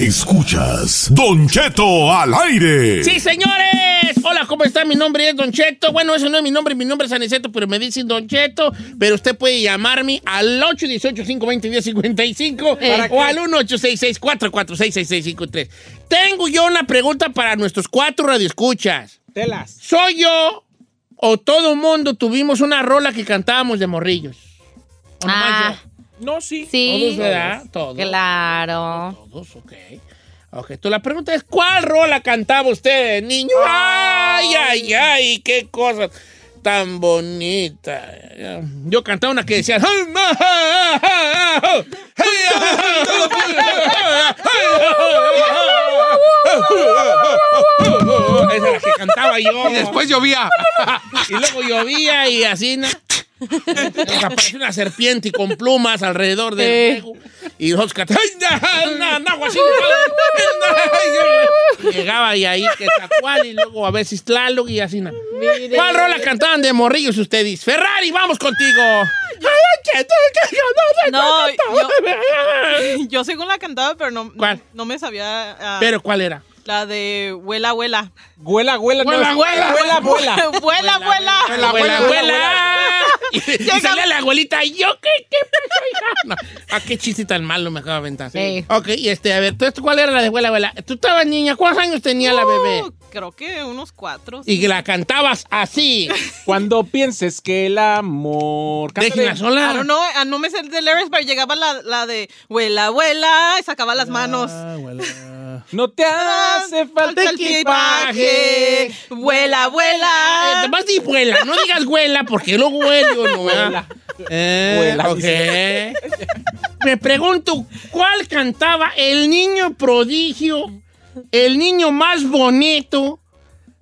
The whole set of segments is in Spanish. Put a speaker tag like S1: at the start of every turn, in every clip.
S1: Escuchas Don Cheto al aire.
S2: ¡Sí, señores! Hola, ¿cómo está? Mi nombre es Don Cheto. Bueno, ese no es mi nombre, mi nombre es Aniceto, pero me dicen Don Cheto. Pero usted puede llamarme al 818-520-1055
S3: Eh.
S2: o al 1-866-446-6653. Tengo yo una pregunta para nuestros cuatro radioescuchas.
S4: Telas.
S2: ¿Soy yo o todo mundo tuvimos una rola que cantábamos de morrillos? ¿O nomás
S3: Ah,
S2: yo?
S4: No, sí.
S2: Todos,
S3: sí.
S2: ¿verdad? Todos.
S3: Claro.
S2: Todos, ok. Ok, tú la pregunta es, ¿cuál rola cantaba usted, de niño? Ay, ay, ay, qué cosa tan bonita. Yo cantaba una que decía... Esa es la que cantaba yo.
S4: Y después llovía.
S2: Y luego llovía y así, ¿no? Nos apareció una serpiente y con plumas alrededor del juego. Y nosotros cantábamos, ¡ay, na, na, na, guachín, na, ay, ay! Y Llegaba y ahí que Tacual y luego a veces Tlaloc y así. na. ¿Cuál rola cantaban de morrillos ustedes? Ferrari, vamos contigo.
S5: No, yo, yo según la cantaba, pero no,
S2: ¿Cuál?
S5: no me sabía ah,
S2: Pero ¿cuál era?
S5: la de huela, abuela.
S4: Huela, huela,
S2: Huela,
S4: no.
S2: huela.
S4: Huela, huela.
S5: Vuela,
S4: Huela,
S5: abuela.
S2: abuela,
S4: abuela,
S2: abuela. Y, y salía la abuelita y yo, ¿qué, qué pasó, hija? No, ah, qué chiste tan malo me acaba de aventar.
S3: Sí.
S2: Ok, y este, a ver, ¿tú, ¿cuál era la de abuela, abuela? Tú estabas niña, ¿cuántos años tenía la bebé?
S5: Uh, Creo que unos cuatro.
S2: Y que la cantabas así.
S4: Cuando pienses que el amor.
S2: Déjenla
S4: Cántale.
S2: sola.
S5: No, ah, no, no me sé de lyrics, pero llegaba la, la de huela, abuela, y sacaba las manos.
S4: No te hace falta
S5: el equipaje. Huela,
S2: Eh,
S5: abuela.
S2: Además di vuela, no digas huela porque luego huelo, ¿no? ¿verdad?
S4: Huela.
S2: Eh,
S4: Huela,
S2: ok. Me pregunto, ¿cuál cantaba el niño prodigio, el niño más bonito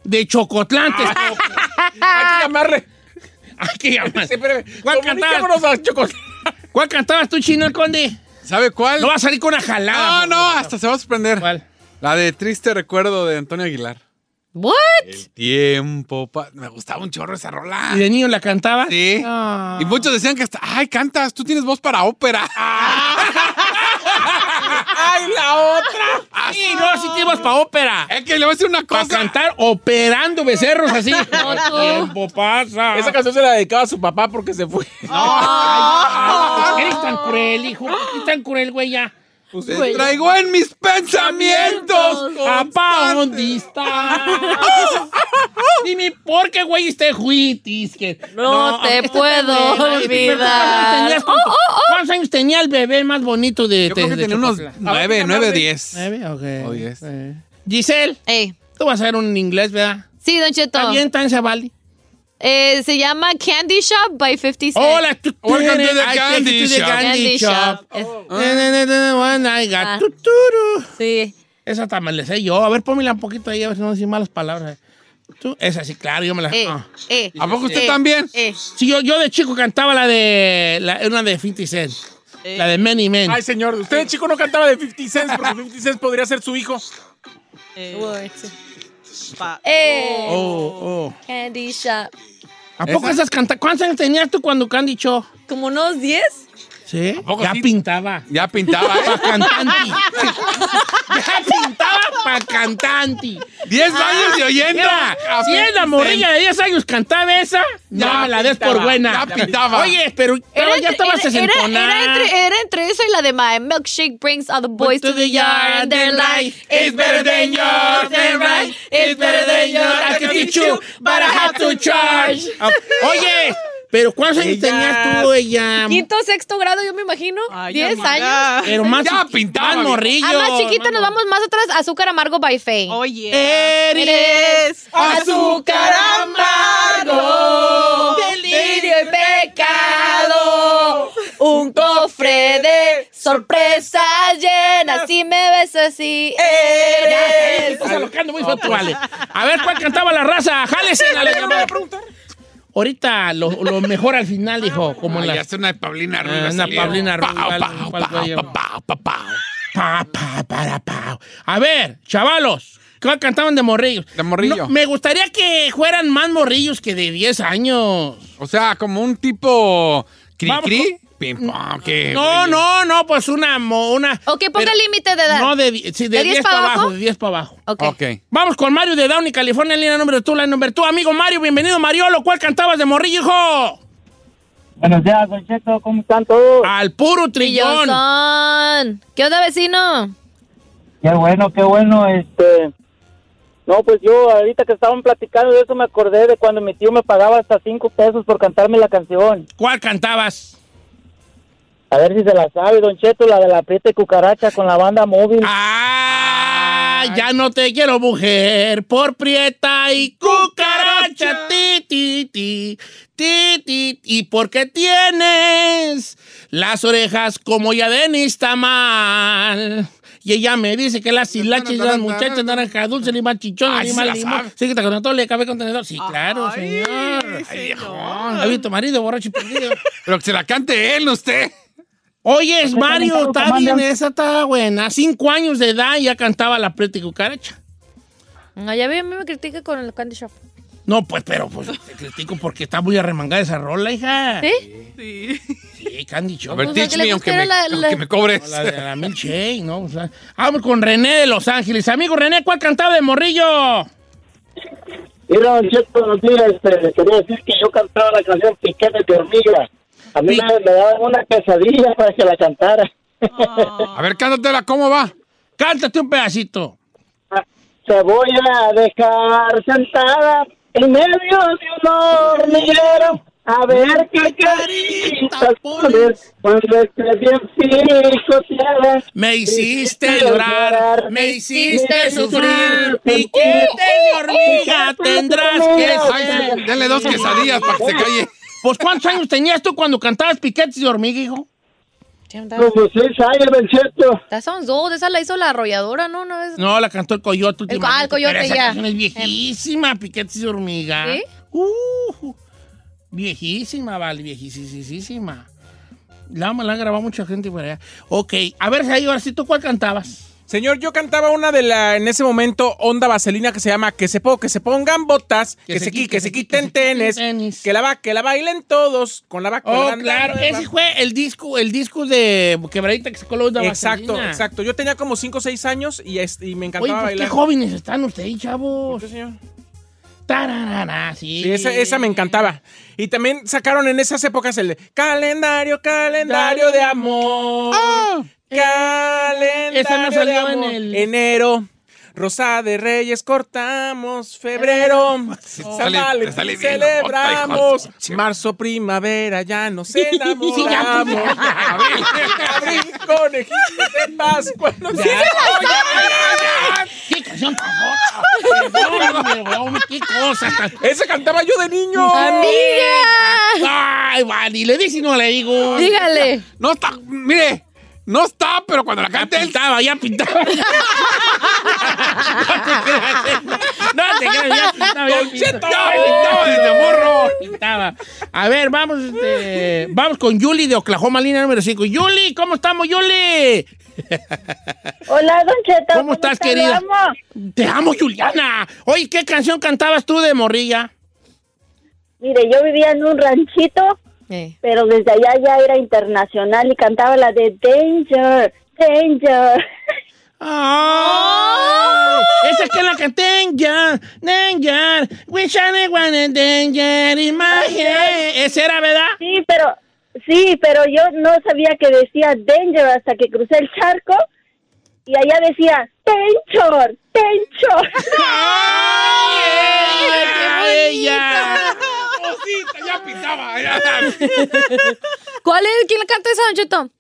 S2: de Chocotlán? Texcoco?
S4: Aquí amarre.
S2: Ay, qué llamas.
S4: Siempre.
S2: ¿Cuál cantabas?
S4: Comunicámonos a Chocolate.
S2: ¿Cuál cantabas tú, Chino, el conde?
S6: ¿Sabe cuál?
S2: No va a salir con una jalada.
S6: no, no, hasta se va a sorprender.
S2: ¿Cuál?
S6: La de Triste Recuerdo de Antonio Aguilar.
S3: What?
S6: El tiempo. pa- Me gustaba un chorro esa rola.
S2: ¿Y de niño la cantabas?
S6: Sí.
S2: Ah.
S6: Y muchos decían que hasta, ay, cantas, tú tienes voz para ópera.
S4: ¡Ay, la otra!
S2: Sí, no, si te ibas para ópera.
S6: Es que le voy a decir una
S2: Para
S6: cosa.
S2: cantar operando becerros así.
S3: tú.
S2: tiempo pasa?
S4: Esa canción se la dedicaba a su papá porque se fue.
S2: Ay, Eres tan cruel, hijo. ¿Por qué tan cruel, güey, ya?
S6: Te traigo en mis pensamientos.
S2: Papá, ¿dónde está? Dime, ¿por qué, güey, este juitis? Que...
S3: No te
S2: esta
S3: puedo
S2: nena, este- pero ¿Cuántos años,
S3: olvidar.
S2: tenías con tu- cuántos años tenía el bebé más bonito de
S6: Yo creo que tenía unos nueve, nueve o diez.
S2: ¿Nueve? Ok.
S6: O diez.
S2: Eh. Giselle,
S3: Ey.
S2: tú vas a ver un inglés, ¿verdad?
S3: Sí, Don Cheto.
S2: ¿Está bien, tan vale?
S3: Eh, se llama Candy Shop by 50 Cent.
S2: Hola, tú, tú
S6: Welcome
S2: eres-
S6: to the
S2: I take
S6: candy
S2: you to the
S6: shop.
S2: candy
S3: Candy
S2: shop. Ah.
S3: shop.
S2: Na, na, na, na, na, na, I got
S3: Ah.
S2: tu, turu.
S3: Sí.
S2: Esa también me la sé yo. A ver, pónmela un poquito ahí, a ver si no decís malas palabras. Tú- Esa sí, claro, yo me la...
S3: Eh,
S2: ah.
S3: eh,
S6: ¿A poco usted
S3: eh,
S6: también?
S3: eh.
S2: Sí, yo, yo de chico cantaba la de... La, una de 50 Cent.
S3: Eh.
S2: La de Many Men.
S4: Ay, señor, usted de chico no cantaba de 50 cents porque 50 cents podría ser su hijo.
S5: Eh, pa-
S3: Eh.
S2: Oh, oh.
S3: Candy Shop.
S2: ¿A poco esas cantaban? ¿Cuántos años tenías tú cuando Candy Cho?
S3: ¿Como unos 10?
S2: ¿Sí?
S4: poco
S2: Ya
S4: sí?
S2: pintaba.
S6: Ya pintaba, ¿eh?
S2: Para cantante. ya pintaba para cantante.
S6: 10 años de oyendo.
S2: Ah, Mira,
S6: a
S2: si es la
S6: 50
S2: morrilla de 10 años cantaba esa, no
S6: Ya
S2: me la des
S4: pintaba,
S2: por buena.
S6: ya pintaba.
S2: Oye, pero
S3: Era,
S2: ya estaba
S3: era- era-
S2: sesentonada.
S3: era entre, era entre esa y la de My Milkshake Brings All the Boys to the Yard and They're like,
S6: It's better than yours, they're right. It's better than yours. I can teach you,
S3: but I have to charge.
S2: Ah, Oye, pero ¿cuántos años tenías tú, ella?
S3: Quinto, sexto grado, yo me imagino. Diez años.
S2: Pero más,
S6: Ya
S2: chiqui-
S6: pintaba,
S2: más
S6: viejo.
S2: morrillo.
S3: A más chiquita nos vamos más atrás. Azúcar amargo by Faye.
S5: Oye.
S2: Eres
S5: Eres
S3: azúcar
S5: amargo,
S3: delirio y pecado, un cofre de sorpresas llenas. Si me ves así, eres.
S2: Estás alocando muy fuerte, vale. A ver, ¿cuál cantaba la raza? Jálese a la llamada. Ahorita lo, lo mejor al final, dijo. Como
S6: Ah, Ay,
S2: la Ah,
S6: ya está una Paulina Rubio.
S2: Una Paulina Rubio, vale, ¿cuál fue? Pa, pa, para, pa. A ver, chavalos, ¿cuál cantaban de morrillos?
S6: De morrillo.
S2: No, me gustaría que fueran más morrillos que de 10 años.
S6: O sea, como un tipo
S2: Vamos, Mm,
S6: cri-cri. Pim, pam, que-
S2: No, no, no, pues una... mo- una
S3: Ok, ponga
S2: pero-
S3: límite de edad.
S2: No, de, di- sí, de 10, para abajo, de 10 para abajo.
S3: Ok.
S6: Ok.
S2: Vamos con Mario de Downey, California, en línea número 2, la número 2. Amigo Mario, bienvenido, Mariolo. ¿Cuál cantabas de morrillo, hijo?
S7: Buenos días, Don Cheto, ¿cómo están todos?
S2: Al puro trillón.
S3: Trillonzón. ¿Qué onda, vecino?
S7: Qué bueno, qué bueno, este... No, pues yo ahorita que estaban platicando de eso me acordé de cuando mi tío me pagaba hasta cinco pesos por cantarme la canción.
S2: ¿Cuál cantabas?
S7: A ver si se la sabe, Don Cheto, la de la prieta y cucaracha con la banda móvil.
S2: Ah, ya no te quiero mujer por prieta y cucaracha. Ti, ti, ti, ti, ti. ¿Y porque tienes las orejas como ya Denis está mal? Y ella me dice que las hilachas de las muchachas naranja dulce, ni más chichón,
S6: Ay,
S2: ni
S6: sí
S2: más
S6: la
S2: limón.
S6: sabe.
S2: Sí, que te conectó, le acabé contenedor. Sí, claro,
S5: Ay,
S2: señor.
S6: Ay, viejo.
S2: Ha visto marido borracho y perdido.
S6: Pero que se la cante él, usted.
S2: Oye,
S3: Pues
S2: es Mario,
S7: conectado,
S2: está
S7: comando.
S2: bien, esa está buena. Cinco años de edad ya cantaba la prieta y cucaracha.
S3: No, ya vi, a mí me critica con el Candy Shop.
S2: No, pues, pero pues te critico porque está muy arremangada esa rola, hija.
S3: ¿Sí?
S2: Ah. Sí, Candy Shop.
S6: A ver,
S3: Pues la que
S6: teach
S3: le
S6: me, aunque
S3: gustara
S6: me,
S3: la- la-
S6: aunque me cobres.
S2: O La de la milkshake, ¿no? O sea, vamos con René de Los Ángeles. Amigo René, ¿cuál cantaba de morrillo?
S7: Mira, Don Cheto, buenos días, este, le quería decir que yo cantaba la canción Piquete de Hormiga. A mí
S2: Pi-
S7: me, me daban una pesadilla para que la cantara.
S6: A ver, cántatela, ¿cómo va?
S2: Cántate un pedacito.
S7: Te voy a dejar sentada en medio de un hormiguero. A ver qué caritas pones cuando estés bien picoteada.
S2: Me hiciste llorar, me hiciste sufrir. Piquete
S3: ¡Eh!
S2: de hormiga tendrás que
S6: Ay,
S2: ser.
S6: sí, denle dos quesadillas para que se calle.
S2: Pues, ¿cuántos años tenías tú cuando cantabas piquetes de hormiga, hijo?
S3: Damn, that-
S7: Como seis años, Don Cheto.
S3: That sounds old. Esa la hizo la arrolladora, ¿no? Una vez.
S2: No, la cantó el Coyote.
S3: El co- ah, el
S2: últimamente,
S3: Coyote,
S2: pero esa
S3: ya.
S2: canción es viejísima, Piquetes de Hormiga.
S3: ¿Sí?
S2: Uh, viejísima, vale, viejísima. La, la han grabado mucha gente por allá.
S6: Pues
S2: Ok, a ver, Jair, ahora sí, ¿tú cuál cantabas?
S4: Señor, yo cantaba una de la, en ese momento, onda vaselina que se llama Que se, po- que se pongan botas, que, se, qui- que se quiten tenis,
S2: tenis.
S4: que la, va- que la bailen todos, con la vaca.
S2: Oh, claro, ese fue el disco, el disco de Quebradita que se coló de
S4: Exacto,
S2: Vaselina.
S4: exacto. Yo tenía como 5 o 6 años y, este, y
S2: Oye,
S4: me encantaba
S2: pues qué
S4: bailar.
S2: jóvenes están ustedes, chavos.
S4: Sí, señor.
S2: Tararara, sí.
S4: Y esa, esa me encantaba. Y también sacaron en esas épocas el de calendario, calendario de amor. Calendario
S2: Ah, eh, Esa no salió
S4: de amor.
S2: en el-
S4: Enero. Rosa de Reyes cortamos, febrero,
S2: Eh,
S4: San
S6: sale-
S4: Valentín
S6: sale bien,
S4: celebramos,
S6: jota, hijo de su-
S4: marzo, primavera, ya nos
S2: Sí, ya,
S4: enamoramos,
S6: Abril.
S4: abril, conejitos de Pascua, no sé.
S2: ¿Qué canción tan gorda? Perdóname, weón, qué cosa tan-
S4: Ese cantaba yo de niño.
S3: ¡Amiga!
S2: Ay, vale, y le dije si no le digo.
S3: Dígale.
S6: No está, mire, no está, pero cuando la
S2: Ya
S6: cante él.
S2: pintaba, ya pintaba. no te creas, eh. no te creas, ya pintaba, ya pintaba.
S6: Ya pintaba desde morro.
S2: Pintaba. A ver, vamos, este, vamos con Yuli de Oklahoma, línea número 5. Yuli, ¿cómo estamos, Yuli?
S7: Hola, Don Cheto.
S2: ¿Cómo estás, querida? Te amo, Juliana. Oye, ¿qué canción cantabas tú de morrilla?
S7: Mire, yo vivía en un ranchito
S3: Eh.
S7: pero desde allá ya era internacional y cantaba la de Danger, Danger.
S2: ¡Ay! Esa que es la que tenga, tenga, wish anyone in danger in my head. Esa eh, era, ¿verdad?
S7: Sí, pero sí, pero yo no sabía que decía Danger hasta que crucé el charco y allá decía Danger, Danger.
S2: ¡Ay, ella! ¡Cosita! Ya pisaba.
S3: ¿Cuál es? ¿Quién le canta esa, Don Cheto?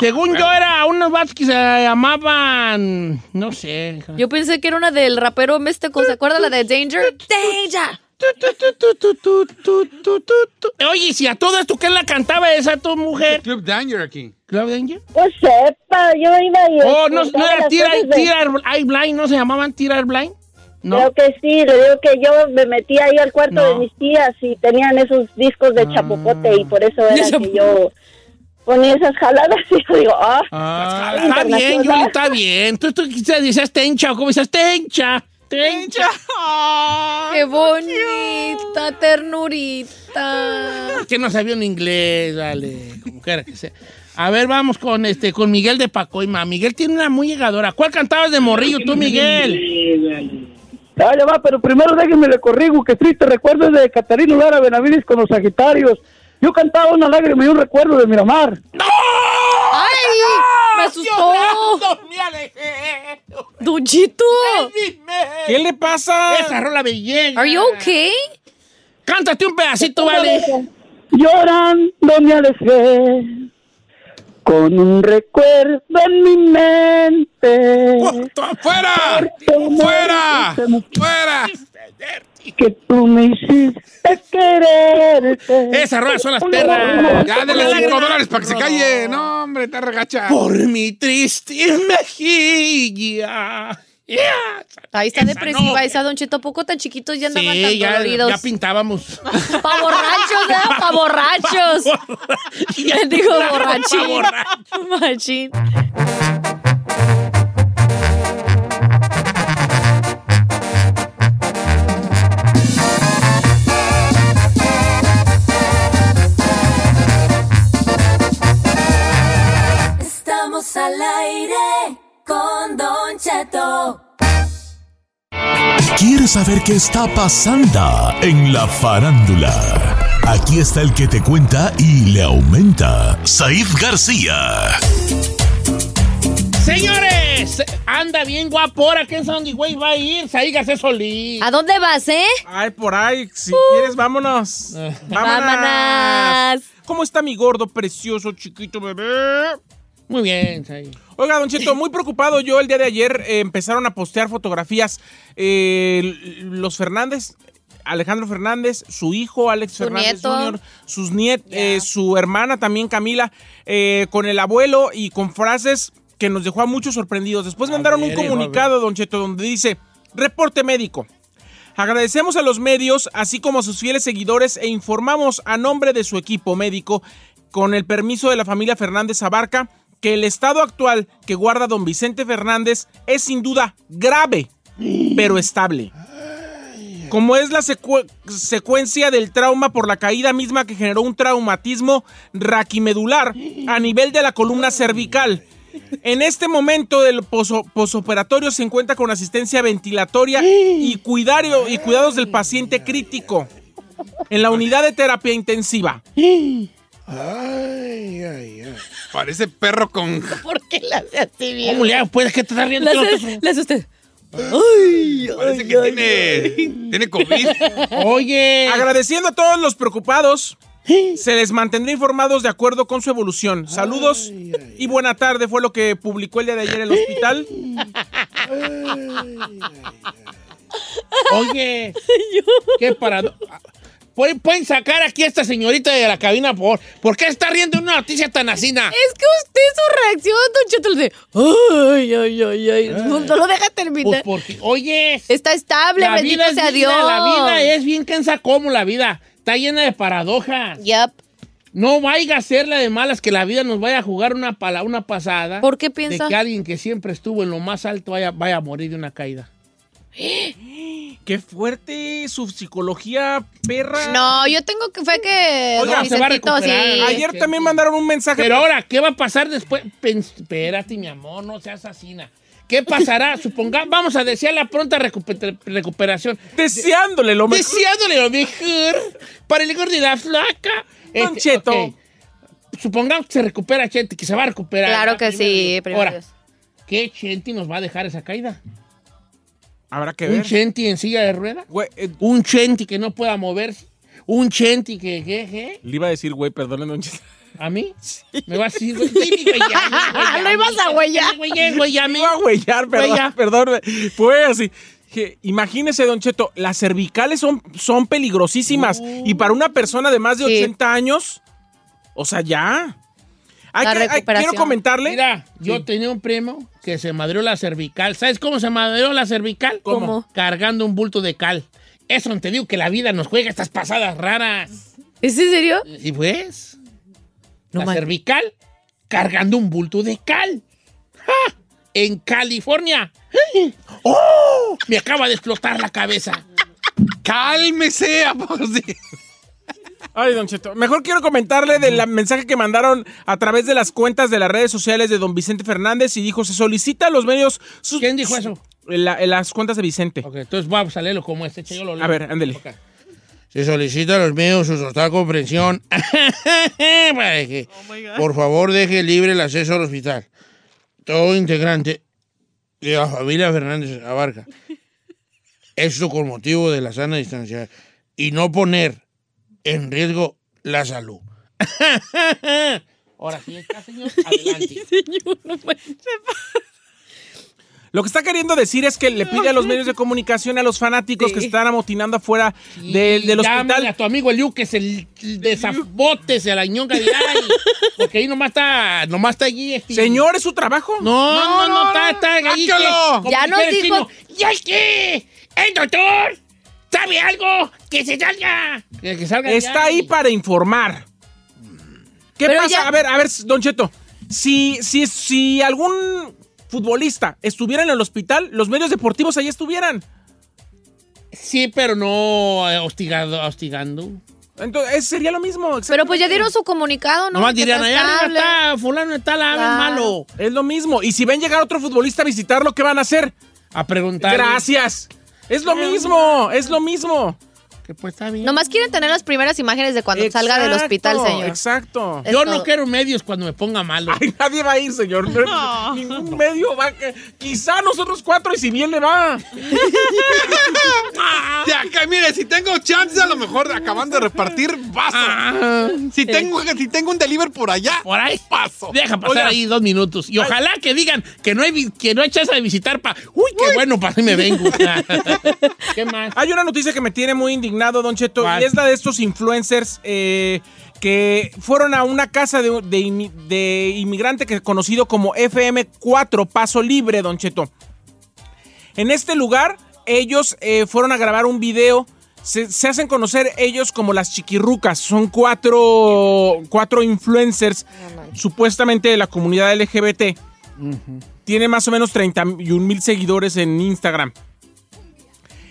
S2: Según yo, era unos vatos que se llamaban. No sé.
S3: Yo pensé que era una del rapero Místico. Este, ¿Se acuerda la de Danger? ¡Danger!
S2: Tu, tu, tu, tu, tu, tu, tu, tu, tu, tu. Oye, si a todo esto, ¿quién la cantaba esa tu mujer?
S8: Club Danger aquí.
S2: ¿Claudia Angel?
S7: Pues sepa, yo iba y
S2: Oh, no, no
S7: escuchaba
S2: era
S7: las
S2: Tira
S7: cosas de-
S2: Tira Eye Blind, ¿no se llamaban Tira Eye Blind? No.
S7: Creo que sí, le digo que yo me metí ahí al cuarto
S2: No.
S7: de mis tías y tenían esos discos de chapopote y por eso era que yo ponía esas jaladas y yo digo, ah,
S2: Ah, está bien, Yuli,
S7: internacional.
S2: está bien. Tú, tú quizás dices tencha o cómo dices tencha. Tencha.
S3: ¡Qué bonita, ternurita!
S2: Que no sabía un inglés, dale, como quiera que sea. A ver, vamos con este, con Miguel de Pacoima. Miguel tiene una muy llegadora. ¿Cuál cantabas de morrillo tú, Miguel?
S7: Dale, va, pero primero déjenme le corrigo que triste recuerdo de Catarino Lara Benavides con los Sagitarios. Yo cantaba una lágrima y un recuerdo de Miramar.
S3: ¡Ay! ¡Me asustó!
S2: ¡Me alejé!
S3: ¡Don Cheto!
S4: ¿Qué le pasa?
S2: Esa rola me llega.
S3: ¿Are you okay?
S2: Cántate un pedacito, vale.
S7: Llorando me alejé con un recuerdo en mi mente.
S8: ¡Fuera! ¡Fuera! ¡Fuera!
S7: que tú me hiciste quererte.
S2: Esa rola son las perras.
S8: Ya denle cinco dólares para que se calle. No, hombre, está regacha.
S2: Por mi triste mejilla. Yeah.
S3: Ahí está
S2: Esa
S3: depresiva
S2: no.
S3: esa, Don Cheto. ¿A poco tan chiquitos ya andaban
S2: Sí,
S3: tan
S2: ya,
S3: doloridos?
S2: ya pintábamos.
S3: ¡Pa borrachos, ¿verdad? ¡Pa borrachos!
S2: Ya
S3: Él dijo
S2: pintábamos pa' borrachos.
S3: borrachín. Machín.
S6: Estamos al aire con Don Cheto.
S1: ¿Quieres saber qué está pasando en la farándula? Aquí está el que te cuenta y le aumenta, Said García.
S2: Señores, anda bien guapo. Ahora que en Sandy Way va a ir, Saí Garcés Solís.
S3: ¿A dónde vas, eh?
S4: Ay, por ahí, si
S3: Uh.
S4: quieres, vámonos. vámonos.
S3: Vámonos.
S4: ¿Cómo está mi gordo, precioso, chiquito bebé?
S2: Muy bien, Saí.
S4: Oiga, Don Cheto, muy preocupado yo el día de ayer. eh, empezaron a postear fotografías eh, l- los Fernández, Alejandro Fernández, su hijo Alex Fernández
S3: nieto.
S4: Jr., sus niet- eh, su hermana también Camila, eh, con el abuelo y con frases que nos dejó a muchos sorprendidos. Después mandaron un
S2: ver, hijo, a ver.
S4: comunicado, Don Cheto, donde dice, reporte médico. Agradecemos a los medios, así como a sus fieles seguidores, e informamos a nombre de su equipo médico, con el permiso de la familia Fernández Abarca, que el estado actual que guarda don Vicente Fernández es sin duda grave, pero estable. Como es la secue- secuencia del trauma por la caída misma que generó un traumatismo raquimedular a nivel de la columna cervical. En este momento del poso- posoperatorio se encuentra con asistencia ventilatoria y, cuidario- y cuidados del paciente crítico en la unidad de terapia intensiva.
S8: Parece perro con.
S3: ¿Por qué la hace así
S2: ¿Cómo le hago? Pues que te estás riendo.
S3: La hace, la hace usted.
S8: Parece que tiene. Tiene COVID.
S2: Oye.
S4: Agradeciendo a todos los preocupados, se les mantendrá informados de acuerdo con su evolución. Saludos y buena tarde fue lo que publicó el día de ayer el hospital.
S2: Oye, qué parado. ¿Pueden, pueden sacar aquí a esta señorita de la cabina, por favor? ¿Por qué está riendo una noticia tan asina?
S3: Es que usted su reacción, Don Cheto, le Ay, ay, ay, ay. No, no lo deja
S2: Pues
S3: terminar.
S2: porque, oye,
S3: Está estable,
S2: la
S3: bendito
S2: vida, es
S3: sea
S2: vida,
S3: Dios.
S2: la vida es bien cansa como la vida. Está llena de paradojas.
S3: Yep.
S2: No vaya a ser la de malas que la vida nos vaya a jugar una, pala, una pasada.
S3: ¿Por qué piensa?
S2: De que alguien que siempre estuvo en lo más alto vaya, vaya a morir de una caída.
S3: ¡Eh!
S4: Qué fuerte su psicología, perra.
S3: No, yo tengo que fue que
S4: Oiga,
S3: don
S4: se va a
S3: Vicentito, sí.
S4: recuperar. Ayer también mandaron un mensaje.
S2: Pero ahora, ¿qué va a pasar después? Pen- espérate, mi amor, no seas asesina. ¿Qué pasará? Suponga, vamos a desear la pronta recupe- recuperación.
S4: Deseándole lo mejor.
S2: Deseándole lo mejor para el gordo y la flaca. Este,
S4: Don Cheto.
S2: ok. Supongamos que se recupera Chente, que se va a recuperar.
S3: Claro
S2: Va
S3: que
S2: primero
S3: sí,
S2: Dios.
S3: primero
S2: Ahora,
S3: Dios.
S2: ¿qué Chente nos va a dejar esa caída?
S4: Habrá que
S2: ¿Un
S4: ver.
S2: Chente en silla de rueda?
S4: Güey, eh,
S2: ¿Un Chente que no pueda moverse? ¿Un Chente que... que- que-
S4: le iba a decir, güey, perdónenme un chiste.
S2: ¿A mí? Me va a decir... güey, sí, mi güey, ya, mi güey, ya,
S3: Ah, Lo ibas a
S2: mi-
S3: huellar.
S2: güey, ya, güey, ya, mi-
S4: iba a huellar, perdón,
S2: Huella.
S4: perdón. Fue así. Que, imagínese, Don Cheto, las cervicales son, son peligrosísimas. Y para una persona de más de
S3: Sí.
S4: 80 años, o sea, ya. Hay
S3: La
S4: que- hay-
S3: recuperación.
S4: quiero comentarle.
S2: Mira, yo tenía un primo que se madrió la cervical. ¿Sabes cómo se madrió la cervical?
S3: ¿Cómo?
S2: Cargando un bulto de cal. Eso te digo que la vida nos juega estas pasadas raras.
S3: ¿Es en serio?
S2: ¿Y pues?
S3: No
S2: la
S3: man-
S2: cervical cargando un bulto de cal. ¡Ja! En California. ¡Oh! Me acaba de explotar la cabeza.
S8: Cálmese, ¿a poco sí?
S4: Ay, Don Cheto. Mejor quiero comentarle del mensaje que mandaron a través de las cuentas de las redes sociales de Don Vicente Fernández y dijo, se solicita a los medios... sus-
S2: ¿Quién dijo eso?
S4: La- en las cuentas de Vicente.
S2: Ok, entonces vamos a leerlo como este. Yo lo leo.
S4: A ver, ándele.
S2: Ok. Se solicita a los medios su total comprensión para que, por favor, deje libre el acceso al hospital. Todo integrante de la familia Fernández Abarca. Esto con motivo de la sana distancia y no poner en riesgo la salud. Ahora sí está, señor. Adelante.
S4: Lo que está queriendo decir es que le pide a los medios de comunicación, a los fanáticos que están amotinando afuera de- del
S2: Llámale a
S4: hospital.
S2: tu amigo Eliu que se l- desabote, se la ñonga de ahí. Porque ahí nomás está, nomás está allí. este-
S4: Señor, es su trabajo.
S2: No, no, no, está, está ahí.
S8: sáquelo.
S2: como
S3: Ya nos
S2: dijera el
S3: dijo-
S2: chino, ¡Ya es que! ¡El doctor! ¡Sabe algo! ¡Que se salga! Que, que salga
S4: Está
S2: ya.
S4: ahí para informar. ¿Qué
S3: Pero
S4: pasa?
S3: ya-
S4: A ver, a ver, Don Cheto. Si, si, si algún futbolista estuviera en el hospital, los medios deportivos ahí estuvieran.
S2: Sí, pero no eh, hostigado, hostigando.
S4: Entonces, es- sería lo mismo.
S3: Pero pues ya dieron su comunicado, ¿no?
S2: Nomás
S3: Que
S2: dirían, allá arriba
S3: estable.
S2: está, fulano está la
S3: Claro.
S2: malo.
S4: Es lo mismo. Y si ven llegar otro futbolista a visitarlo, ¿qué van a hacer?
S2: A preguntar.
S4: Gracias. Es lo mismo, es lo mismo.
S2: Que pues está bien.
S3: Nomás quieren tener las primeras imágenes de cuando salga del hospital,
S4: Exacto,
S3: señor.
S4: Exacto.
S3: Es
S2: Yo
S3: todo.
S2: no quiero medios cuando me ponga malo.
S4: Ay, nadie va a ir, señor. No, Ningún medio va. a que- Quizá nosotros cuatro y si bien le va.
S8: De acá, mire, si tengo chance, a lo mejor acabando de repartir, vaso.
S2: Ah,
S8: Si tengo, si tengo un delivery por allá,
S2: por ahí.
S8: paso.
S2: Deja pasar
S4: Oiga.
S2: ahí dos minutos. Y ojalá que digan que no hay, vi- que no hay chance de visitar pa. Uy, qué bueno, para mí me vengo. ¿Qué más?
S4: Hay una noticia que me tiene muy indignado, Don Cheto,
S2: ¿Cuál?
S4: y es la de estos influencers eh, que fueron a una casa de, de inmi- de inmigrante que es conocido como FM4 Paso Libre, Don Cheto. En este lugar, ellos eh, fueron a grabar un video. Se, se hacen conocer ellos como las chiquirrucas. Son cuatro, cuatro influencers, supuestamente de la comunidad LGBT. Tiene más o menos 31 mil seguidores en Instagram.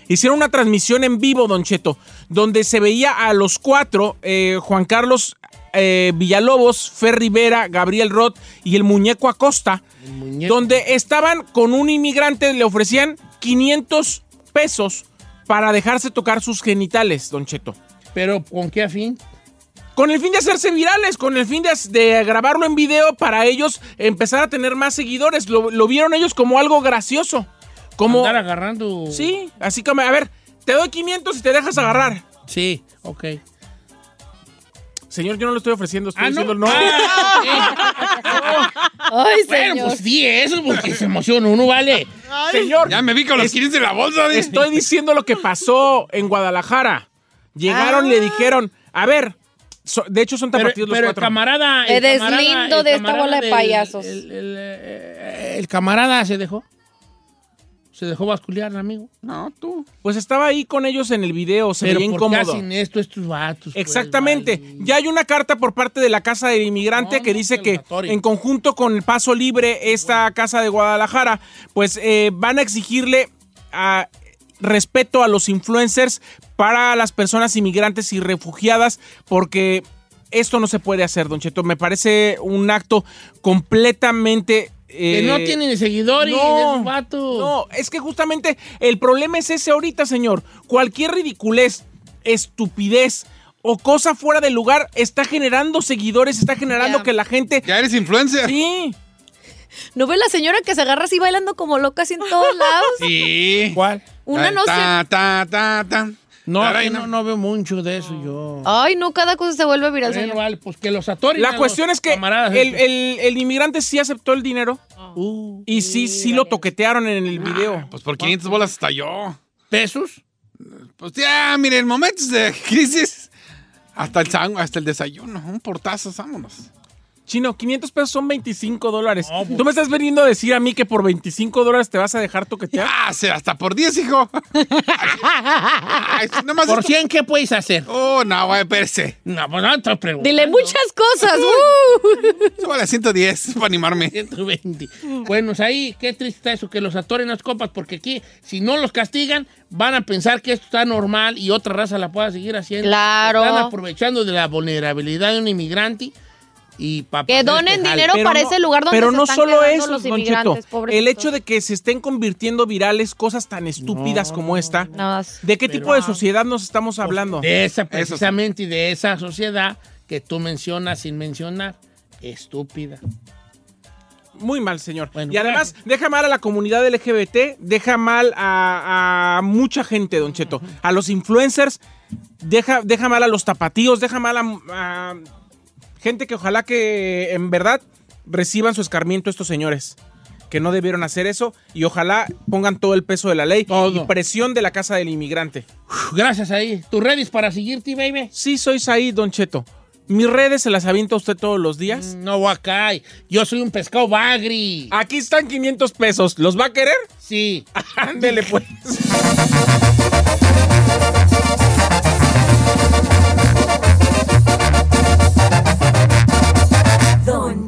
S4: Hicieron una transmisión en vivo, Don Cheto, donde se veía a los cuatro, eh, Juan Carlos eh, Villalobos, Fer Rivera, Gabriel Roth y el muñeco Acosta,
S2: muñeco.
S4: donde estaban con un inmigrante, le ofrecían 500 pesos para dejarse tocar sus genitales, Don Cheto.
S2: Pero ¿con qué afín?
S4: Con el fin de hacerse virales, con el fin de, de grabarlo en video para ellos empezar a tener más seguidores. Lo, lo vieron ellos como algo gracioso. Como,
S2: Andar agarrando.
S4: Sí, así como, a ver, te doy 500 y te dejas agarrar.
S2: Sí, ok.
S4: Señor, yo no lo estoy ofreciendo, estoy
S2: Ah, no.
S4: diciendo no.
S2: Ah, sí.
S3: Ay,
S2: bueno,
S3: señor.
S2: pues di eso porque se emociona uno, vale.
S4: Señor,
S8: Ya me vi con los 15 de la bolsa. dice.
S4: estoy diciendo lo que pasó en Guadalajara. Llegaron, le dijeron, a ver, so- de hecho son tan
S2: Ah. Pero,
S4: partidos los
S2: pero el
S4: cuatro.
S2: camarada.
S3: Me
S2: el camarada-
S3: deslindo
S2: el
S3: de esta
S2: camarada
S3: bola de
S2: del-
S3: payasos.
S2: El, el, eh, el camarada se dejó. Se dejó basculiar, amigo.
S8: No, tú.
S4: Pues estaba ahí con ellos en el video, se
S2: Pero
S4: veía
S2: ¿por qué
S4: incómodo.
S2: hacen esto estos vatos? pues,
S4: Exactamente.
S2: vale?
S4: Ya hay una carta por parte de la Casa del Inmigrante
S2: No,
S4: que
S2: no,
S4: dice
S2: que
S4: que
S2: los atoren.
S4: en conjunto con el Paso Libre, esta Casa de Guadalajara, pues eh, van a exigirle a respeto a los influencers para las personas inmigrantes y refugiadas, porque esto no se puede hacer, Don Cheto. Me parece un acto completamente. eh,
S2: Que no
S8: Eh,
S2: tienen seguidores,
S4: No,
S2: esos vatos.
S4: no, es que justamente el problema es ese ahorita, señor. Cualquier ridiculez, estupidez o cosa fuera de lugar está generando seguidores, está generando que la gente.
S8: Ya eres influencer.
S4: Sí.
S3: ¿No ve la señora que se agarra así bailando como loca así en todos lados?
S8: Sí.
S2: ¿Cuál?
S3: Una no
S8: Ta,
S3: se...
S8: ta, ta, ta.
S2: No,
S8: Caray,
S2: no, no veo mucho de eso yo.
S3: Ay, no, cada cosa se vuelve viral,
S2: Bueno,
S3: señor.
S2: vale, pues que los atoren. a
S4: La
S2: los
S4: cuestión es que
S2: camaradas este.
S4: el,
S2: estos.
S4: el- el inmigrante sí aceptó el dinero
S2: Uh,
S4: y sí, sí lo toquetearon en el video.
S8: Pues por 500 bolas hasta yo.
S2: ¿Pesos?
S8: Pues ya, mire, en momentos de crisis, hasta el, sang- hasta el desayuno, un portazo, vámonos.
S4: Chino, 500 pesos son 25 dólares.
S2: No, pues.
S4: ¿Tú me estás veniendo a decir a mí que por 25 dólares te vas a dejar toquetear?
S8: Ah, se- hasta por 10, hijo. Ay, nomás
S2: ¿Por
S8: esto-
S2: 100 qué puedes hacer?
S8: Oh, no, güey, espérese.
S2: No, pues no te pregunto.
S3: Dile muchas cosas. ¡uh!
S8: Súbale a 110 para animarme.
S2: 120. Bueno, pues ahí, qué triste está eso, que los atoren las copas, porque aquí, si no los castigan, van a pensar que esto está normal y otra raza la pueda seguir haciendo.
S3: Claro.
S2: Están aprovechando de la vulnerabilidad de un inmigrante y para
S3: Que donen dinero
S4: Pero
S3: para
S4: no-
S3: ese lugar donde
S4: Pero
S3: se
S4: no
S3: están
S4: solo
S3: quedando
S4: eso,
S3: los
S4: Don
S3: inmigrantes,
S4: Cheto. El
S3: pobrecitos.
S4: hecho de que se estén convirtiendo virales cosas tan estúpidas como esta.
S3: Nada más.
S4: ¿De qué tipo de
S3: ah,
S4: sociedad nos estamos hablando?
S2: pues, De esa, precisamente, y de esa sociedad que tú mencionas sin mencionar. Estúpida.
S4: Muy mal, señor.
S2: Bueno,
S4: y además, deja mal a la comunidad LGBT, deja mal a, a mucha gente, Don Cheto. A los influencers, deja, deja mal a los tapatíos, deja mal a, a gente que ojalá que en verdad reciban su escarmiento estos señores. Que no debieron hacer eso y ojalá pongan todo el peso de la ley
S2: Todo.
S4: y presión de la casa del inmigrante.
S2: Uf, Gracias ahí. ¿Tus redes para seguirte, baby?
S4: Sí, sois ahí, Don Cheto. Mis redes se las avienta usted todos los días.
S2: Mm, No, Guacay. Yo soy un pescado bagri.
S4: Aquí están 500 pesos. ¿Los va a querer?
S2: Sí.
S4: Ándele, pues.
S9: Don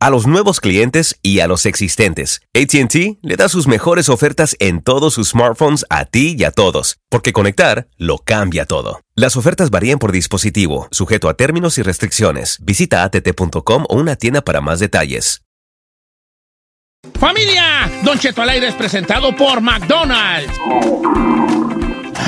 S10: A los nuevos clientes y a los existentes. ATT le da sus mejores ofertas en todos sus smartphones a ti y a todos, porque conectar lo cambia todo. Las ofertas varían por dispositivo, sujeto a términos y restricciones. Visita att.com o una tienda para más detalles.
S2: ¡Familia! Don Cheto al aire es presentado por McDonald's.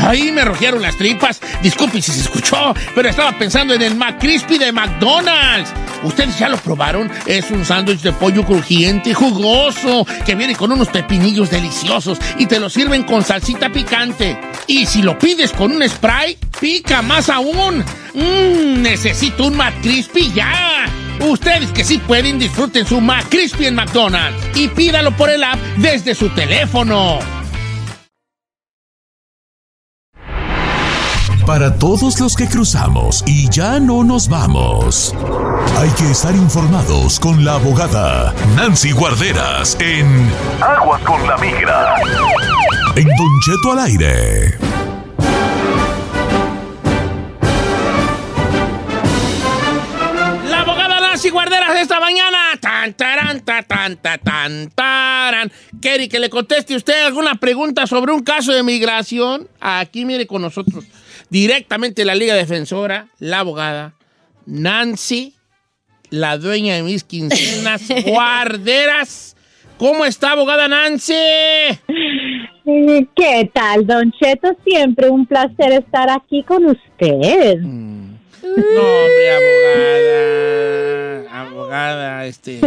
S2: Ahí me rugieron las tripas. Disculpen si se escuchó, pero estaba pensando en el McCrispy de McDonald's. Ustedes ya lo probaron. Es un sándwich de pollo crujiente, jugoso, que viene con unos pepinillos deliciosos y te lo sirven con salsita picante. Y si lo pides con un spray, pica más aún. Mmm, necesito un McCrispy ya. Ustedes que sí pueden, disfruten su McCrispy en McDonald's y pídalo por el app desde su teléfono.
S1: Para todos los que cruzamos y ya no nos vamos, hay que estar informados con la abogada Nancy Guarderas en Aguas con la Migra. En Don Cheto al aire.
S2: La abogada Nancy Guarderas de esta mañana. Tan, taran, ta, tan, ta, tan, taran. Kerry, que le conteste usted alguna pregunta sobre un caso de migración. Aquí mire con nosotros directamente la Liga Defensora, la abogada Nancy, la dueña de mis quincenas, Guarderas. ¿Cómo está, abogada Nancy?
S11: ¿Qué tal, Don Cheto? Siempre un placer estar aquí con usted.
S2: Mm. No, hombre, abogada. Abogada, este.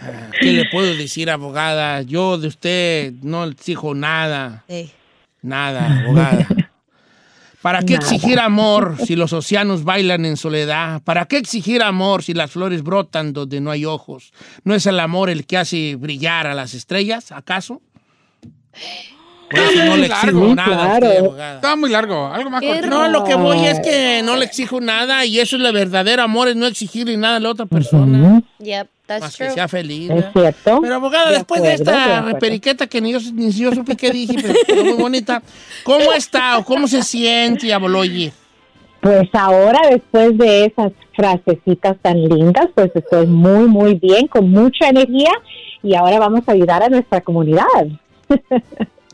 S2: ah, ¿Qué le puedo decir, abogada? Yo de usted no exijo nada.
S3: Ey.
S2: Nada, abogada. ¿Para qué
S11: Nada.
S2: exigir amor si los océanos bailan en soledad? ¿Para qué exigir amor si las flores brotan donde no hay ojos? ¿No es el amor el que hace brillar a las estrellas, acaso? Por eso no le
S8: Largo.
S2: exijo nada. a
S8: Claro.
S2: usted, abogada.
S8: Está muy largo. Algo más cortito.
S2: No, lo que voy es que no le exijo nada y eso es el verdadero amor, es no exigirle nada a la otra persona.
S3: Yep, that's
S2: Más
S3: true.
S2: que sea feliz.
S11: Es
S2: ¿verdad?
S11: cierto.
S2: Pero abogada,
S11: De
S2: después de
S11: acuerdo, de
S2: esta
S11: acuerdo.
S2: reperiqueta que ni yo, ni yo supe qué dije, pero quedó muy bonita, ¿cómo está o cómo se siente, Aboloye?
S11: Pues ahora, después de esas frasecitas tan lindas, pues estoy muy, muy bien, con mucha energía y ahora vamos a ayudar a nuestra comunidad.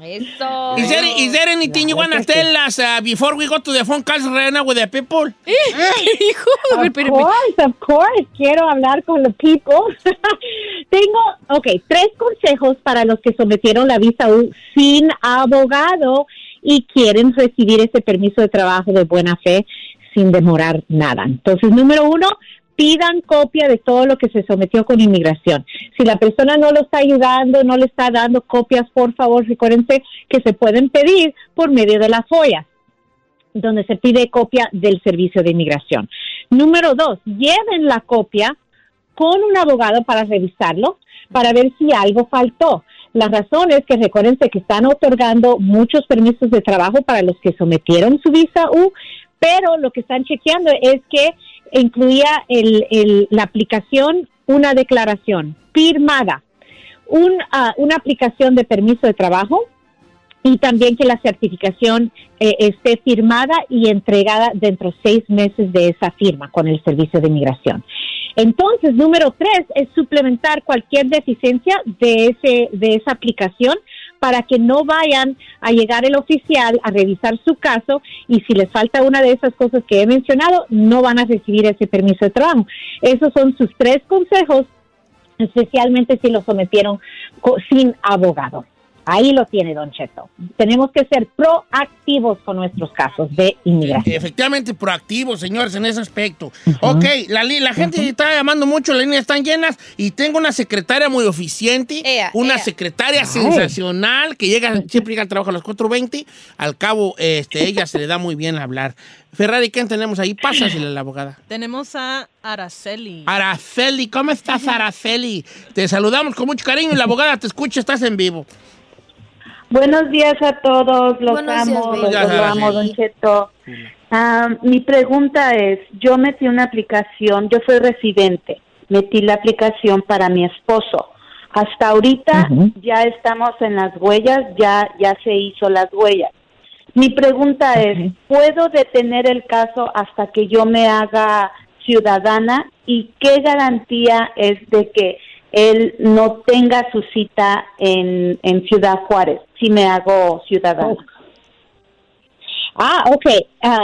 S3: Eso.
S2: Is there, is there anything you wanna tell us uh, before we go to the phone calls right now with the people?
S3: Eh. hijo?
S11: Of course, of course, quiero hablar con los people. Tengo, ok, tres consejos para los que sometieron la visa U sin abogado y quieren recibir ese permiso de trabajo de buena fe sin demorar nada. Entonces, número uno, pidan copia de todo lo que se sometió con inmigración. Si la persona no lo está ayudando, no le está dando copias, por favor, recuérdense que se pueden pedir por medio de la FOIA donde se pide copia del servicio de inmigración. Número dos, lleven la copia con un abogado para revisarlo, para ver si algo faltó. La razón es que recuérdense que están otorgando muchos permisos de trabajo para los que sometieron su visa U, pero lo que están chequeando es que incluía el- el- la aplicación una declaración firmada, un, ah, una aplicación de permiso de trabajo, y también que la certificación eh, esté firmada y entregada dentro de seis meses de esa firma con el Servicio de Inmigración. Entonces, número tres es suplementar cualquier deficiencia de, ese, de esa aplicación para que no vayan a llegar el oficial a revisar su caso y si les falta una de esas cosas que he mencionado, no van a recibir ese permiso de trabajo. Esos son sus tres consejos, especialmente si lo sometieron co- sin abogado. Ahí lo tiene Don Cheto. Tenemos que ser proactivos con nuestros casos de inmigración.
S2: Efectivamente, proactivos, señores, en ese aspecto. Ok, la, li- la gente está llamando mucho, las líneas están llenas y tengo una secretaria muy eficiente, una secretaria sensacional que llega, siempre llega al trabajo a las 4.20. Al cabo, este, ella se le da muy bien hablar. Ferrari, ¿quién tenemos ahí? Pásasela la abogada.
S5: Tenemos a Araceli.
S2: Araceli, ¿cómo estás, Araceli? Te saludamos con mucho cariño y la abogada te escucha, estás en vivo.
S12: Buenos días a todos, los
S2: Buenos días,
S12: amo,
S2: Bella.
S12: los
S2: Gracias,
S12: amo,
S2: Bella.
S12: Don Cheto. Ah, mi pregunta es, yo metí una aplicación, yo soy residente, metí la aplicación para mi esposo. Hasta ahorita ya estamos en las huellas, ya ya se hizo las huellas. Mi pregunta es, ¿puedo detener el caso hasta que yo me haga ciudadana y qué garantía es de que él no tenga su cita en, en Ciudad Juárez si me hago ciudadana?
S11: Ah, ok. Ah,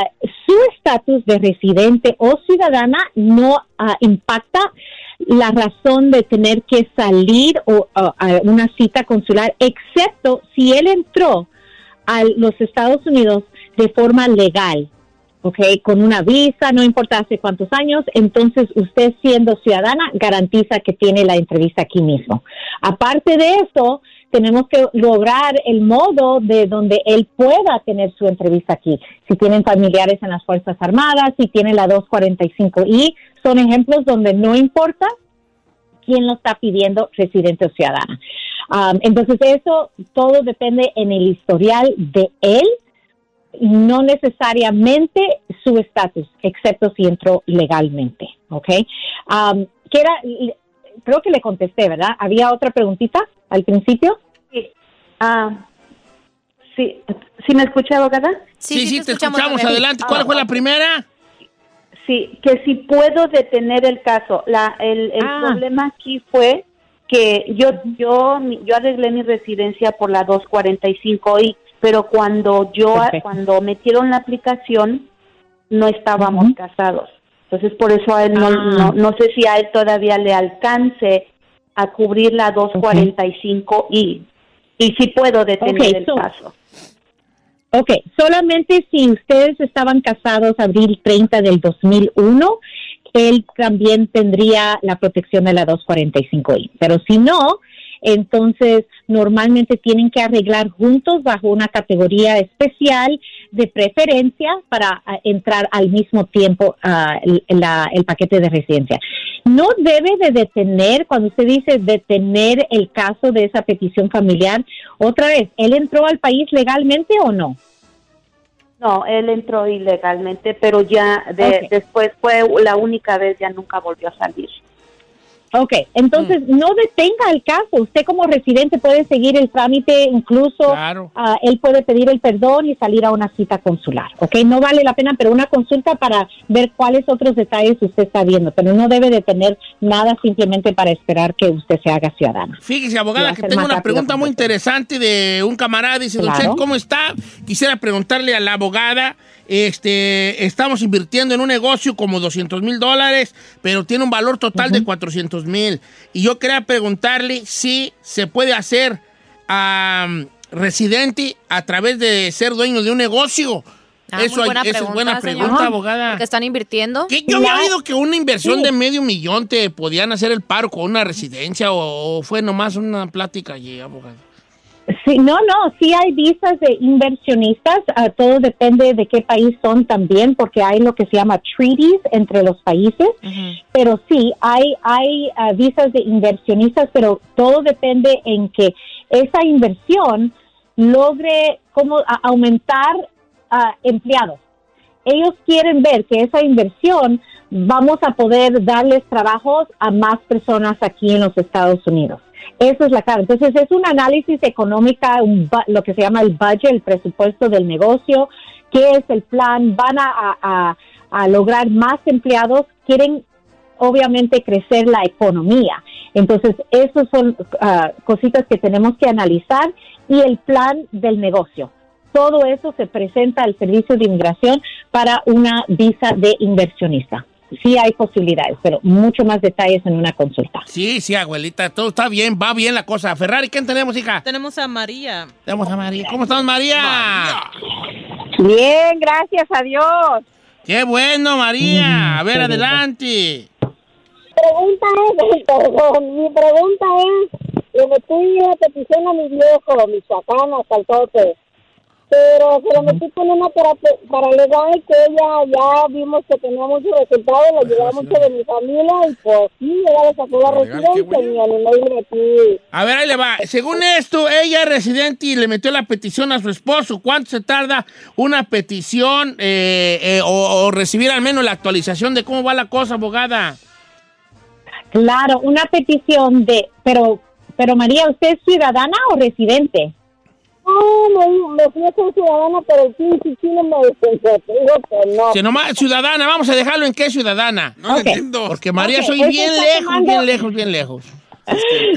S11: su estatus de residente o ciudadana no ah, impacta la razón de tener que salir o, ah, a una cita consular, excepto si él entró a los Estados Unidos de forma legal, ¿ok? Con una visa, no importa hace cuántos años, entonces usted siendo ciudadana garantiza que tiene la entrevista aquí mismo. Aparte de eso, tenemos que lograr el modo de donde él pueda tener su entrevista aquí. Si tienen familiares en las Fuerzas Armadas, si tienen la 245I, son ejemplos donde no importa quién lo está pidiendo, residente o ciudadana. Am, entonces eso todo depende en el historial de él, no necesariamente su estatus, excepto si entró legalmente, ¿ok? Am, que era- le- creo que le contesté, ¿verdad? Había otra preguntita al principio.
S12: Ah, sí, ¿sí me escucha, abogada?
S2: Sí, sí, te escuchamos. Adelante, ¿cuál fue la primera?
S12: Sí, que si puedo detener el caso. La, el el
S11: Ah.
S12: problema aquí fue que yo, yo, mi- yo arreglé mi residencia por la 245I, pero cuando yo,
S11: Perfecto.
S12: cuando metieron la aplicación, no estábamos casados. Entonces, por eso a él no, no,
S11: Ah.
S12: no sé si a él todavía le alcance a cubrir la 245I. Y si puedo detener
S11: Ok,
S12: el
S11: so-
S12: caso.
S11: Ok, solamente si ustedes estaban casados abril 30 del 2001, él también tendría la protección de la 245I. Pero si no, entonces normalmente tienen que arreglar juntos bajo una categoría especial de preferencia para ah, entrar al mismo tiempo ah, el- la- el paquete de residencia. No debe de detener, cuando usted dice detener el caso de esa petición familiar, otra vez, ¿él entró al país legalmente o no?
S12: No, él entró ilegalmente, pero ya de-
S11: Ok.
S12: después fue la única vez, ya nunca volvió a salir.
S11: Ok, entonces no detenga el caso. Usted como residente puede seguir el trámite, incluso ah, él puede pedir el perdón y salir a una cita consular. Ok, no vale la pena, pero una consulta para ver cuáles otros detalles usted está viendo, pero no debe detener nada simplemente para esperar que usted se haga ciudadana.
S2: Fíjese, abogada,
S11: Va a
S2: que
S11: ser
S2: tengo
S11: más
S2: una
S11: rápido,
S2: pregunta muy interesante de un camarada. Dice, don
S11: Claro.
S2: Cheto, ¿cómo está? Quisiera preguntarle a la abogada. Este, estamos invirtiendo en un negocio como 200 mil dólares, pero tiene un valor total de 400 mil. Y yo quería preguntarle si se puede hacer am, residente a través de ser dueño de un negocio.
S3: Ah, muy buena
S2: esa es buena
S3: pregunta, señor.
S2: pregunta,
S3: Ajá.
S2: abogada.
S3: Porque están invirtiendo.
S2: Que yo había oído que una inversión de medio millón te podían hacer el paro con una residencia o, o fue nomás una plática allí, abogado.
S11: Sí, no, no, sí hay visas de inversionistas, ah, todo depende de qué país son también, porque hay lo que se llama treaties entre los países, pero sí, hay, hay ah, visas de inversionistas, pero todo depende en que esa inversión logre como a- aumentar ah, empleados. Ellos quieren ver que esa inversión vamos a poder darles trabajos a más personas aquí en los Estados Unidos. Eso es la clave. Entonces es un análisis económica, un bu- lo que se llama el budget, el presupuesto del negocio, qué es el plan, van a, a- a- a lograr más empleados, quieren obviamente crecer la economía. Entonces, esas son ah, cositas que tenemos que analizar y el plan del negocio. Todo eso se presenta al servicio de inmigración para una visa de inversionista. Sí hay posibilidades, pero mucho más detalles en una consulta.
S2: Sí, sí, abuelita, todo está bien, va bien la cosa. Ferrari, ¿quién tenemos, hija?
S5: Tenemos a María.
S2: Tenemos a María. ¿Cómo estás, María?
S13: Bien, gracias a Dios.
S2: Qué bueno, María. Ah, A ver, adelante.
S13: pregunta es, perdón, mi pregunta es, le metí la petición a mi viejo, Michoacán, hasta el tope, pero se lo metí con una para- paralegal que ella ya vimos que tenía muchos resultados, la ayudaba mucho de mi familia y pues sí, ella le sacó la residencia y me animé y le metí.
S2: A ver, ahí le va. Según esto, ella es residente y le metió la petición a su esposo. ¿Cuánto se tarda una petición eh, eh, o, o recibir al menos la actualización de cómo va la cosa, abogada?
S11: Claro, una petición de, pero, pero María, ¿usted es ciudadana o residente?
S13: No, me, me fui a ser ciudadana, pero el sí, sí, sí, no me defendió, te digo que no.
S2: Si nomás ciudadana, vamos a dejarlo en qué ciudadana. No entiendo. Porque María
S11: Ok,
S2: soy
S11: eso
S2: bien
S11: está
S2: lejos,
S11: tomando-
S2: bien lejos, bien lejos.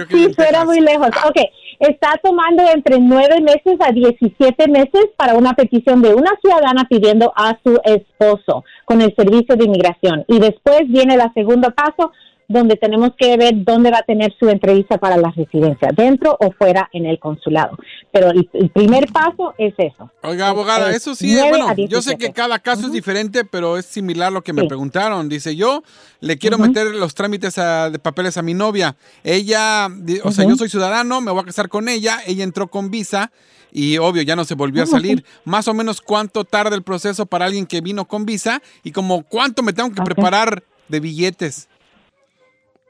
S11: Sí, fuera muy lejos. Ok, está tomando entre nueve meses a 17 meses para una petición de una ciudadana pidiendo a su esposo con el servicio de inmigración. Y después viene la segundo paso donde tenemos que ver dónde va a tener su entrevista para la residencia, dentro o fuera en el consulado. Pero el, el primer paso es eso.
S8: Oiga, abogada, eso sí,
S11: Eh, nueve
S8: bueno,
S11: a
S8: yo sé que
S11: 17.
S8: cada caso es diferente, pero es similar lo que me preguntaron. Dice, yo le quiero meter los trámites a- de papeles a mi novia. Ella, di- o sea,
S14: Ujú.
S8: yo soy ciudadano, me voy a casar con ella, ella entró con visa y obvio, ya no se
S11: Ah,
S8: volvió a salir. Más o menos cuánto tarda el proceso para alguien que vino con visa y como cuánto me tengo que preparar de billetes.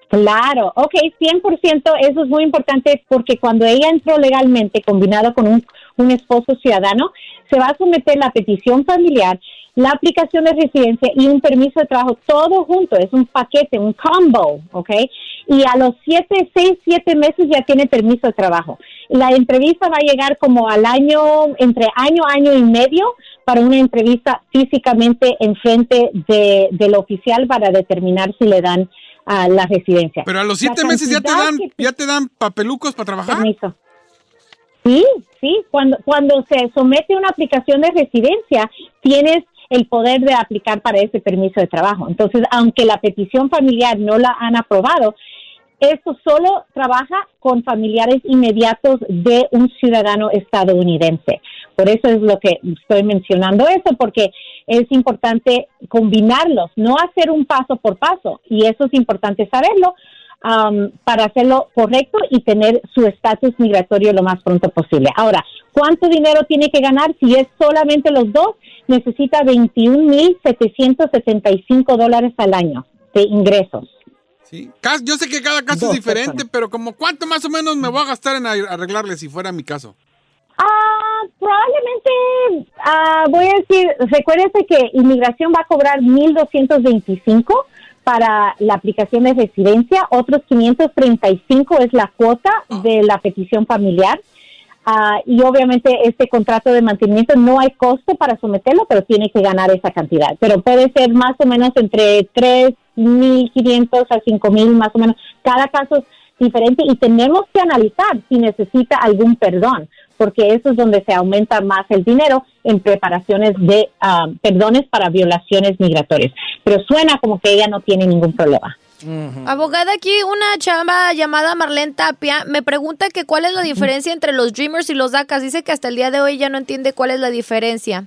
S11: Claro, ok, 100%, eso es muy importante porque cuando ella entró legalmente combinado con un, un esposo ciudadano, se va a someter la petición familiar, la aplicación de residencia y un permiso de trabajo, todo junto, es un paquete, un combo, ok, y a los siete, seis, siete meses ya tiene permiso de trabajo. La entrevista va a llegar como al año, entre año, año y medio para una entrevista físicamente enfrente de, del oficial para determinar si le dan a la residencia.
S8: Pero a los
S11: La
S8: siete meses ya te
S11: cantidad
S8: dan, ya te dan papelucos para trabajar.
S11: Permiso. Sí, sí, cuando, cuando se somete una aplicación de residencia, tienes el poder de aplicar para ese permiso de trabajo. Entonces, aunque la petición familiar no la han aprobado, esto solo trabaja con familiares inmediatos de un ciudadano estadounidense. Por eso es lo que estoy mencionando eso, porque es importante combinarlos, no hacer un paso por paso. Y eso es importante saberlo am, para hacerlo correcto y tener su estatus migratorio lo más pronto posible. Ahora, ¿cuánto dinero tiene que ganar? Si es solamente los dos, necesita 21.775 dólares al año de ingresos.
S8: Sí. Cas- Yo sé que cada caso es diferente, pero como cuánto más o menos me voy a gastar en ar- arreglarle si fuera mi caso.
S11: Ah, probablemente ah, voy a decir, recuérdese que inmigración va a cobrar 1.225 para la aplicación de residencia, otros 535 es la cuota de la petición familiar. Ah, y obviamente este contrato de mantenimiento no hay costo para someterlo, pero tiene que ganar esa cantidad. Pero puede ser más o menos entre 3.500 a 5.000 más o menos. Cada caso es diferente y tenemos que analizar si necesita algún perdón, porque eso es donde se aumenta más el dinero en preparaciones de ah, perdones para violaciones migratorias. Pero suena como que ella no tiene ningún problema.
S3: Abogada, aquí una chamba llamada Marlene Tapia me pregunta que cuál es la diferencia entre los Dreamers y los DACAs. Dice que hasta el día de hoy ya no entiende cuál es la diferencia.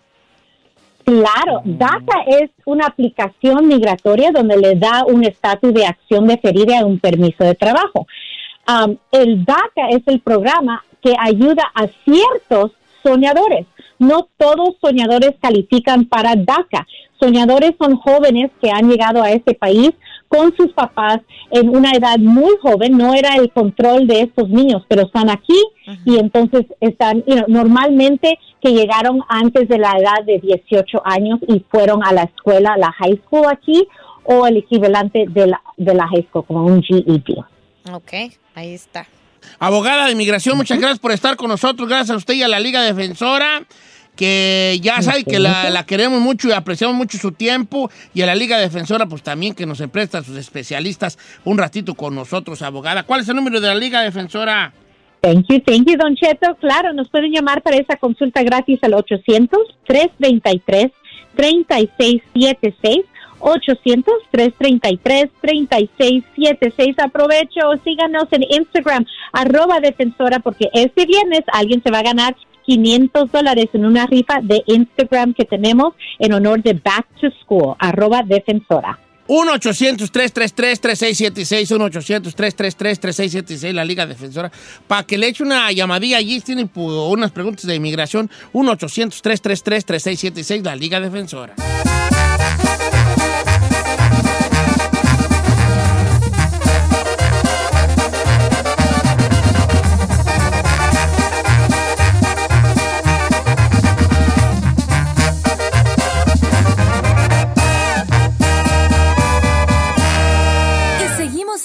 S11: Claro, DACA es una aplicación migratoria donde le da un estatus de acción deferida a un permiso de trabajo. Am, Um, el DACA es el programa que ayuda a ciertos soñadores. No todos soñadores califican para DACA. Soñadores son jóvenes que han llegado a este país con sus papás en una edad muy joven, no era el control de estos niños, pero están aquí y entonces están, you know, normalmente que llegaron antes de la edad de 18 años y fueron a la escuela, la high school aquí o el equivalente de la, de la high school, como un E GED.
S3: Ok, ahí está.
S2: Abogada de inmigración, muchas gracias por estar con nosotros. Gracias a usted y a la Liga Defensora, que ya sabe que la, la queremos mucho y apreciamos mucho su tiempo. Y a la Liga Defensora, pues también que nos emprestan sus especialistas un ratito con nosotros, abogada. ¿Cuál es el número de la Liga Defensora?
S11: Thank you, thank you, Don Cheto. Claro, nos pueden llamar para esa consulta gratis al 800-333-3676. 800-333-3676. Aprovecho, síganos en Instagram, arroba defensora, porque este viernes alguien se va a ganar 500 dólares en una rifa de Instagram que tenemos en honor de Back to School, arroba defensora.
S2: 1-800-333-3676, 1-800-333-3676, la Liga Defensora, para que le eche una llamadilla allí, tienen pu- unas preguntas de inmigración, 1-800-333-3676, la Liga Defensora.
S9: Y seguimos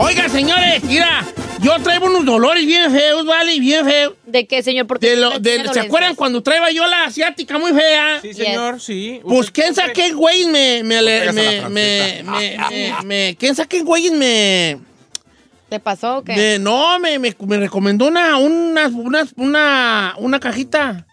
S2: Oiga, señores, mira, yo traigo unos dolores bien feos, ¿vale? Bien feos.
S3: ¿De qué, señor? Porque
S2: De lo- de-
S3: siempre tiene
S2: ¿Se
S3: dolencias.
S2: acuerdan cuando traía yo la asiática muy fea?
S4: Sí, señor, sí.
S2: Pues, ¿quién sabe qué güey me... me, le-
S4: Traigas a
S2: me,
S4: la
S2: me, me-
S4: francesa.
S2: me- me- ¿Quién sabe qué güey me...
S3: ¿Te pasó o qué?
S2: de- no, me, me- me recomendó una, una, una, una, una cajita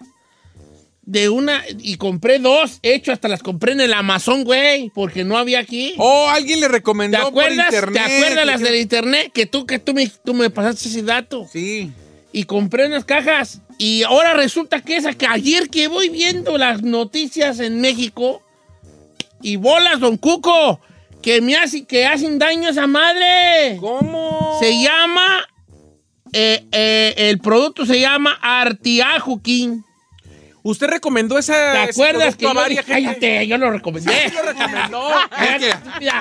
S2: de una... Y compré dos, hecho, hasta las compré en el Amazon, güey, porque no había aquí.
S8: Oh, alguien le recomendó
S2: ¿Te
S8: por
S2: acuerdas,
S8: internet.
S2: ¿Te acuerdas las del internet? Que tú, que tú me, tú me pasaste ese dato.
S8: Sí.
S2: Y compré unas cajas. Y ahora resulta que esa que ayer que voy viendo las noticias en México y bolas, don Cuco, que me hace, que hacen daño a esa madre.
S4: ¿Cómo?
S2: Se llama, eh, eh, el producto se llama Artiajuquín.
S4: Usted recomendó esa.
S2: ¿Te
S4: ese
S2: acuerdas que
S4: producto a
S2: yo,
S4: varias
S2: dije,
S4: gente?
S2: cállate, yo lo recomendé?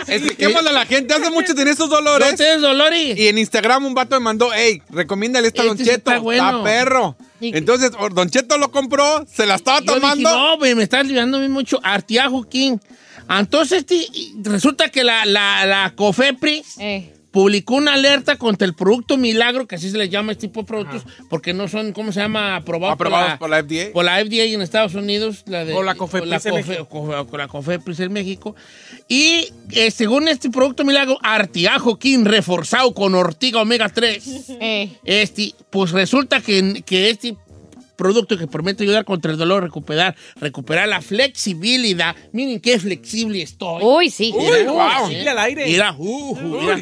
S8: Expliquémosle a la gente, hace mucho tenía esos dolores.
S2: ¿No tienes dolores? Este
S8: Y en Instagram un vato me mandó, hey, recomiéndale esta Don Cheto, está,
S2: bueno."
S8: perro.
S2: Y-
S8: Entonces, o- Don Cheto lo compró, se la estaba
S2: Yo dije,
S8: tomando.
S2: no, güey, me estás liando bien mucho. Artiajo King. Entonces, ti- y resulta que la, la, la COFEPRIS publicó una alerta contra el producto milagro, que así se le llama este tipo de productos, porque no son, ¿cómo se llama? Aprobados,
S8: Aprobados
S2: por, la, FDA. Por la FDA en Estados Unidos. La de,
S4: O la COFEPRIS
S2: la
S4: en México.
S2: Cofe- con la COFEPRIS en México. Y eh, según este producto milagro, Artiajo King reforzado con ortiga omega 3.
S15: Eh,
S2: Este, pues resulta que, que este producto que promete ayudar contra el dolor, recuperar, recuperar la flexibilidad. Miren qué flexible estoy. ¿eh?
S3: Uy, sí.
S4: Uy, wow. Flexible al aire.
S2: Mira, uh, uh, mira.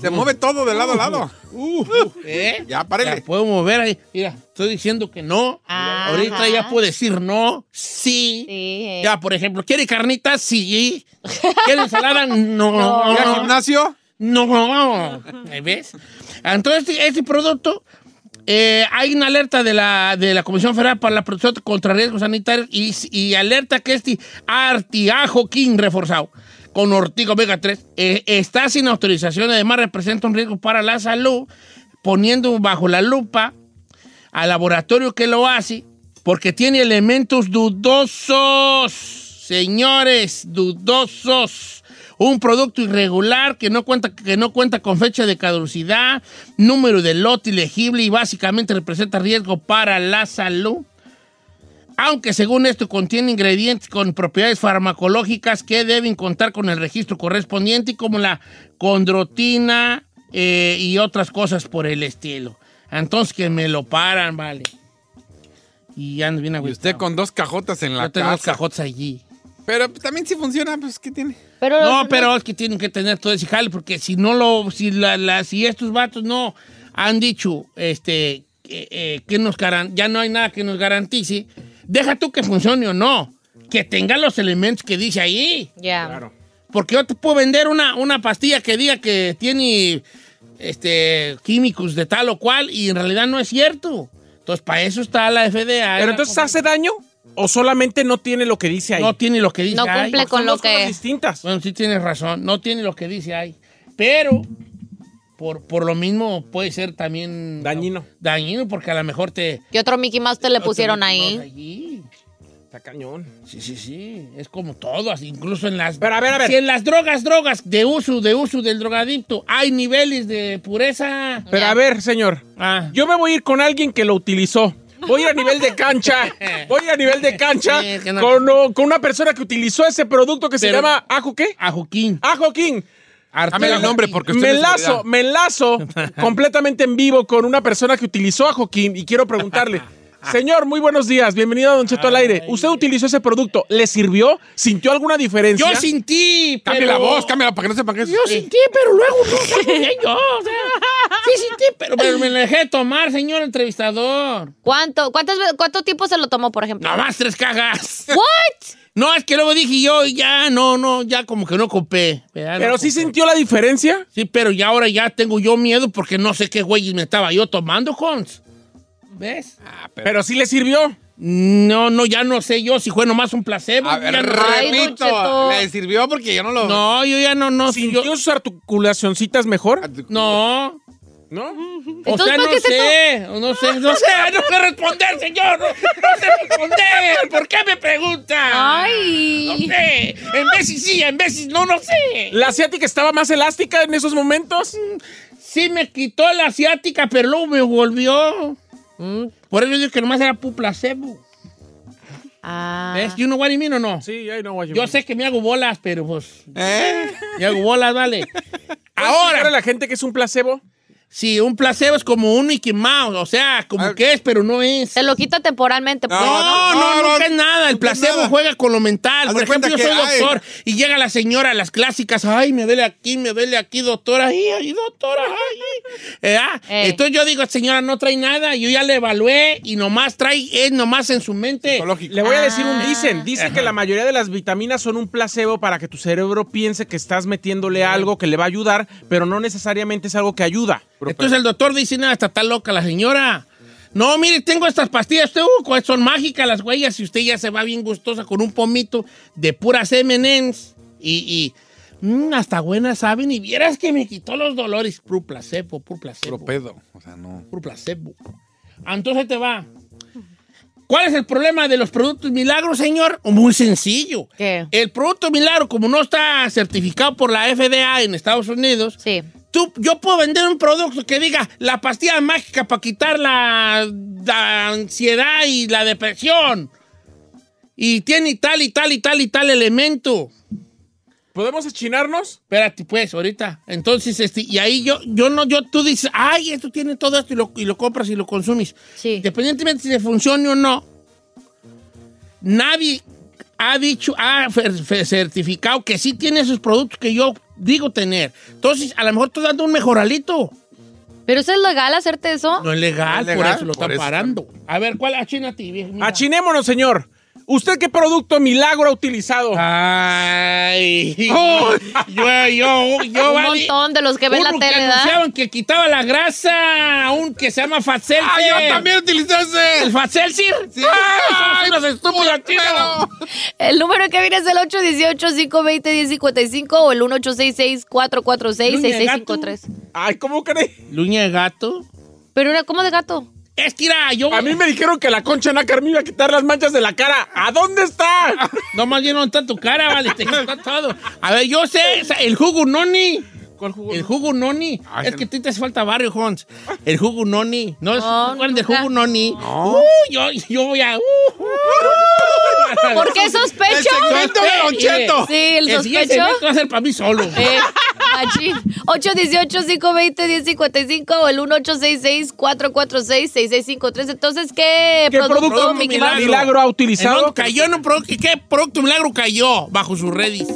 S8: Se mueve todo de lado a lado.
S2: Uh, uh, ¿eh? Ya, párele. puedo mover ahí. Mira, estoy diciendo que no. Ahorita ya puedo decir no, sí. eh. Ya, por ejemplo, ¿quiere carnitas? Sí. ¿Quiere ensalada? No.
S8: No. ¿Ir al gimnasio?
S2: No. ¿Me ¿Ves? Entonces, este, este producto, eh, hay una alerta de la, de la Comisión Federal para la Protección contra Riesgos Sanitarios y, y alerta que este artiajo king reforzado con ortigo omega 3 eh, está sin autorización, además representa un riesgo para la salud, poniendo bajo la lupa al laboratorio que lo hace porque tiene elementos dudosos, señores, dudosos. Un producto irregular que no, cuenta, que no cuenta con fecha de caducidad, número de lote ilegible y básicamente representa riesgo para la salud. Aunque según esto contiene ingredientes con propiedades farmacológicas que deben contar con el registro correspondiente, como la condrotina eh, y otras cosas por el estilo. Entonces que me lo paran, vale. Y ando bien
S8: Y usted con dos cajotas en la
S2: Yo tengo dos
S8: casa.
S2: cajotas allí.
S8: Pero pues, también si funciona, pues, ¿qué tiene?
S2: no, pero es que tienen que tener todo ese jale, porque si no lo, si la, la- si estos vatos no han dicho, este, eh, eh, que nos garan- ya no hay nada que nos garantice, deja tú que funcione o no, que tenga los elementos que dice ahí.
S3: Ya.
S2: Porque yo te puedo vender una, una pastilla que diga que tiene este, químicos de tal o cual y en realidad no es cierto. Entonces, para eso está la FDA.
S4: ¿Pero entonces hace daño o solamente no tiene lo que dice ahí?
S2: No tiene lo que dice ahí.
S4: Porque son dos cosas distintas.
S2: Bueno, sí tienes razón. No tiene lo que dice ahí. Pero, por, por lo mismo, puede ser también... Dañino. Dañino, porque a lo mejor te...
S3: ¿Qué otro Mickey Mouse te le
S2: Otro
S3: pusieron
S2: Mickey
S3: ahí?
S2: Mouse Está cañón. Sí, sí, sí. Es como todo, así, incluso en las...
S4: Pero a ver, a ver.
S2: Si en las drogas, drogas de uso, de uso del drogadicto, hay niveles de pureza...
S4: Pero a ver, señor.
S2: Ah.
S4: Yo me voy a ir con alguien que lo utilizó. Voy a ir a nivel de cancha. Voy a ir a nivel de cancha
S2: Sí, es que no-
S4: con, oh, con una persona que utilizó ese producto que se
S2: Pero-
S4: llama ajo qué?
S2: Ajoquín.
S4: Ajoquín.
S8: Dame el nombre porque usted
S4: me
S8: es
S4: enlazo,
S8: autoridad.
S4: me enlazo completamente en vivo con una persona que utilizó ajoquín y quiero preguntarle. Señor, muy buenos días. Bienvenido a Don Cheto al aire. ¿Usted utilizó ese producto? ¿Le sirvió? ¿Sintió alguna diferencia?
S2: Yo sentí,
S4: Cambia
S2: pero-
S4: la voz,
S8: cámbiala para que no sepan qué es.
S2: Yo sentí, pero luego no sabía yo. O sea, sí sentí, pero, pero me lo dejé tomar, señor entrevistador.
S3: ¿Cuánto, cuántas, ve- ¿Cuánto tiempo se lo tomó, por ejemplo?
S2: Nada más tres cajas.
S3: ¿What?
S2: No, es que luego dije yo, ya, no, no, ya como que no copé.
S4: ¿Pero sí sintió la diferencia?
S2: Sí, pero ya ahora ya tengo yo miedo porque no sé qué güey me estaba yo tomando, Cons. ¿Ves?
S4: pero... sí le sirvió.
S2: No, no, ya no sé yo si fue nomás un placebo.
S8: A ver,
S2: ya no-
S8: repito, le sirvió porque yo no lo...
S2: No, yo ya no, no.
S4: ¿Sintió sus articulacioncitas
S8: Ah,
S4: mejor?
S2: No.
S4: ¿No?
S2: O sea, no sé, no sé, no sé, no sé responder, señor, no, no sé responder, ¿por qué me pregunta?
S3: Ay.
S2: No sé, en veces sí, en veces no, no sé.
S4: ¿La asiática estaba más elástica en esos momentos?
S2: Sí me quitó la asiática, pero luego me volvió. Por eso digo que nomás era pu placebo.
S3: Ah.
S2: ¿Ves? ¿You know what I mean o no?
S4: Sí, I know what you
S2: Yo
S4: mean.
S2: sé que me hago bolas, pero pues... Me hago bolas, vale. Ahora...
S4: la gente que es un placebo?
S2: Sí, un placebo es como un Mickey Mouse, o sea, como que es, pero no es.
S3: Se lo quita temporalmente. pues.
S2: No, no, nunca es nada. El placebo juega con lo mental.
S3: Haz
S2: Por
S3: de cuenta
S2: ejemplo, yo
S3: que,
S2: soy
S3: ay.
S2: doctor y llega la señora, las clásicas, ay, me duele aquí, me duele aquí, doctora, ay, ay, doctora, ay. ay". Eh, ah,
S4: Eh.
S2: Entonces yo digo, señora, no trae nada, yo ya le evalué y nomás trae,
S4: eh,
S2: es nomás en su mente.
S4: Le voy a decir un dicen. Dice que la mayoría de las vitaminas son un placebo para que tu cerebro piense que estás metiéndole algo que le va a ayudar, pero no necesariamente es algo que ayuda.
S2: Entonces el doctor dice, nada, está tan loca la señora. No, mire, tengo estas pastillas, te- uh, cu- son mágicas las huellas y usted ya se va bien gustosa con un pomito de puras M&M's y, y, mm, hasta buenas saben y vieras que me quitó los dolores. Puro placebo, puro placebo.
S8: pedo. O sea, no.
S2: Puro placebo. Ah, Entonces te va. ¿Cuál es el problema de los productos milagros, señor? Muy sencillo. El producto milagro, como no está certificado por la FDA en Estados Unidos, tú, yo puedo vender un producto que diga la pastilla mágica para quitar la, la ansiedad y la depresión. Y tiene tal y tal y tal y tal elemento.
S4: ¿Podemos achinarnos?
S2: Espérate, pues, ahorita. Entonces, este, y ahí yo, yo no, yo, tú dices, ay, esto tiene todo esto y lo, y lo compras y lo consumes. Sí. Independientemente si te funcione o no, nadie ha dicho, ha fer- fer- certificado que sí tiene esos productos que yo digo tener. Entonces, a lo mejor estoy dando un mejoralito.
S3: ¿Pero eso es legal hacerte eso?
S2: No es legal,
S4: No es
S2: por
S4: legal,
S2: eso lo están
S4: por eso
S2: parando. A ver, ¿cuál achina ti, viejo? Mira.
S4: Achinémonos, señor. ¿Usted qué producto milagro ha utilizado?
S2: Ay. Yo, yo, yo,
S3: Un
S2: vale.
S3: montón de los que ven la
S2: Uno
S3: tele,
S2: que
S3: ¿verdad?
S2: anunciaban que quitaba la grasa, un que se llama Facel.
S6: Ah, yo también
S2: utilicé ¿El Facel, Ah, Sir? Sí. ¡Ay,
S4: pues,
S2: unos estúpidos, tío!
S3: El número que viene es el 818-520-1055 o el 1866-446-6653.
S4: Ay, ¿cómo crees?
S2: ¿Luña de gato?
S3: Pero era como de gato.
S2: Es que era yo.
S4: A mí me dijeron que la concha nácar me iba a quitar las manchas de la cara. ¿A dónde está?
S2: No más bien no está tu cara, vale, te está todo. A ver, yo sé, sa- el jugo noni.
S4: ¿Cuál jugo?
S2: El jugo noni. es que a ti te hace falta barrio, Hans. El jugo noni. No, es el jugo noni. Uh, yo, yo voy a. uh, uh.
S3: ¿Por qué sospecho? El segmento de Don Cheto. Sí, el
S2: siguiente
S3: sospecho.
S2: segmento va a ser para mí solo.
S3: Eh, allí. 818-520-1055 o el 1866-446-6653. Entonces, ¿qué, Mickey Mouse?
S4: milagro ha utilizado?
S2: ¿En dónde cayó en un producto? ¿Qué producto milagro cayó bajo sus redes?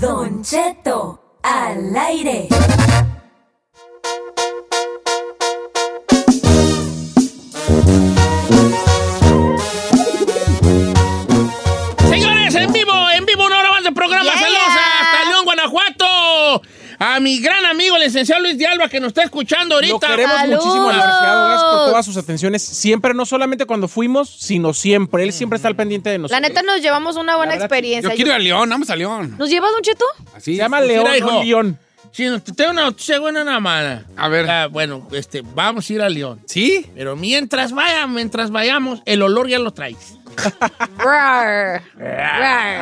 S9: Don Cheto al aire.
S2: Señores, en vivo, en vivo, una hora más de programa. Saludos hasta León, Guanajuato. A mi gran amigo, el licenciado Luis de Alba, que nos está escuchando ahorita.
S4: Lo queremos muchísimo, licenciado. Gracias por todas sus atenciones. Siempre, no solamente cuando fuimos, sino siempre. Él siempre está al pendiente de
S3: La
S4: nosotros.
S3: neta, nos llevamos una buena
S4: verdad,
S3: experiencia.
S4: yo quiero ir a
S8: León, vamos a León.
S3: ¿Nos llevas, Don Cheto?
S8: Así
S4: Se llama
S2: Pues
S4: León,
S2: mira, hijo.
S4: no León.
S2: Sí, no, te tengo una noticia buena, nada mala. A ver. bueno, este, vamos a ir a León.
S8: ¿Sí?
S2: Pero mientras vaya, mientras vayamos, el olor ya lo traes.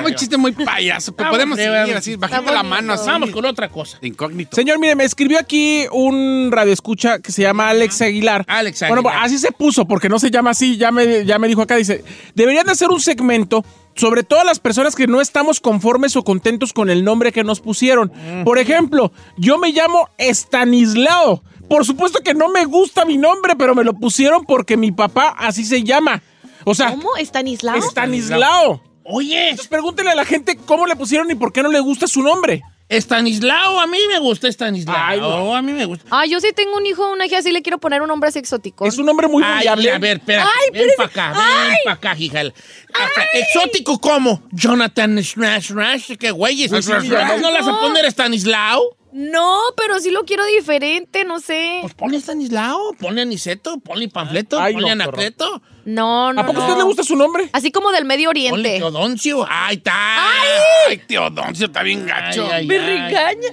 S8: Un chiste muy payaso. Pero podemos ir así, bajando la mano así.
S2: Vamos con otra cosa.
S8: Incógnito.
S4: Señor, mire, me escribió aquí un radioescucha que se llama Alex Aguilar. Alex Bueno, pues,
S8: Aguilar.
S4: así se puso, porque no se llama así, ya me, ya me dijo acá, dice, deberían de hacer un segmento sobre todas las personas que no estamos conformes o contentos con el nombre que nos pusieron. Por ejemplo, yo me llamo Estanislao. Por supuesto que no me gusta mi nombre, pero me lo pusieron porque mi papá así se llama. O sea,
S3: ¿Cómo? ¿Estanislao?
S4: Estanislao.
S2: Oye.
S4: Entonces pregúntenle a la gente cómo le pusieron y por qué no le gusta su nombre.
S2: Estanislao, a mí me gusta Estanislao. Ay, no, a mí me gusta.
S3: Ah, yo sí tengo un hijo, una hija, sí le quiero poner un nombre así exótico.
S4: Es un nombre muy
S2: Ay, a ver, espérate. ven para acá, ven para acá, hija. Hasta exótico como Jonathan Smash Rash, qué güeyes.
S3: Smash, Smash, Smash.
S2: ¿No las a poner Estanislao?
S3: No, pero sí lo quiero diferente, no sé. Pues
S2: ponle Stanislao, ponle Aniceto, ponle Panfleto,
S3: Ay,
S2: ponle
S3: no, qué horror.
S2: Anacleto.
S3: No, no.
S2: ¿A poco a
S3: no.
S2: usted le gusta
S4: su nombre?
S3: Así como del Medio Oriente.
S2: Teodoncio. Ay, está. Ay, Teodoncio está bien gacho.
S3: Me regaña.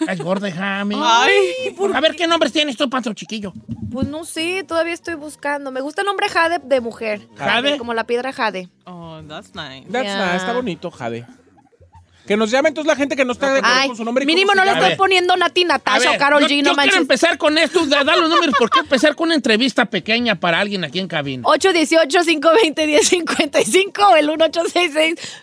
S2: Estás gorda, hija. mi.
S3: Ay,
S2: A ver, ¿qué nombres tienes tú, Pancho Chiquillo?
S3: Pues no sé, todavía estoy buscando. Me gusta el nombre Jade de mujer.
S4: ¿Jade?
S3: Como la piedra Jade.
S5: Oh, that's nice.
S4: That's
S3: Ya.
S4: nice, está bonito, Jade. Que nos llame entonces la gente que no está de acuerdo
S3: Ay,
S4: con su nombre. y
S3: mínimo
S4: cómo
S3: no
S4: se
S3: le
S4: llama.
S3: estoy poniendo Nati
S2: A
S3: Natasha o
S2: ver,
S3: Carol
S2: yo,
S3: G,
S2: yo
S3: no
S2: quiero
S3: manches.
S2: empezar con esto, da, da los números. ¿Por qué empezar con una entrevista pequeña para alguien aquí en cabina?
S3: 818-520-1055 o el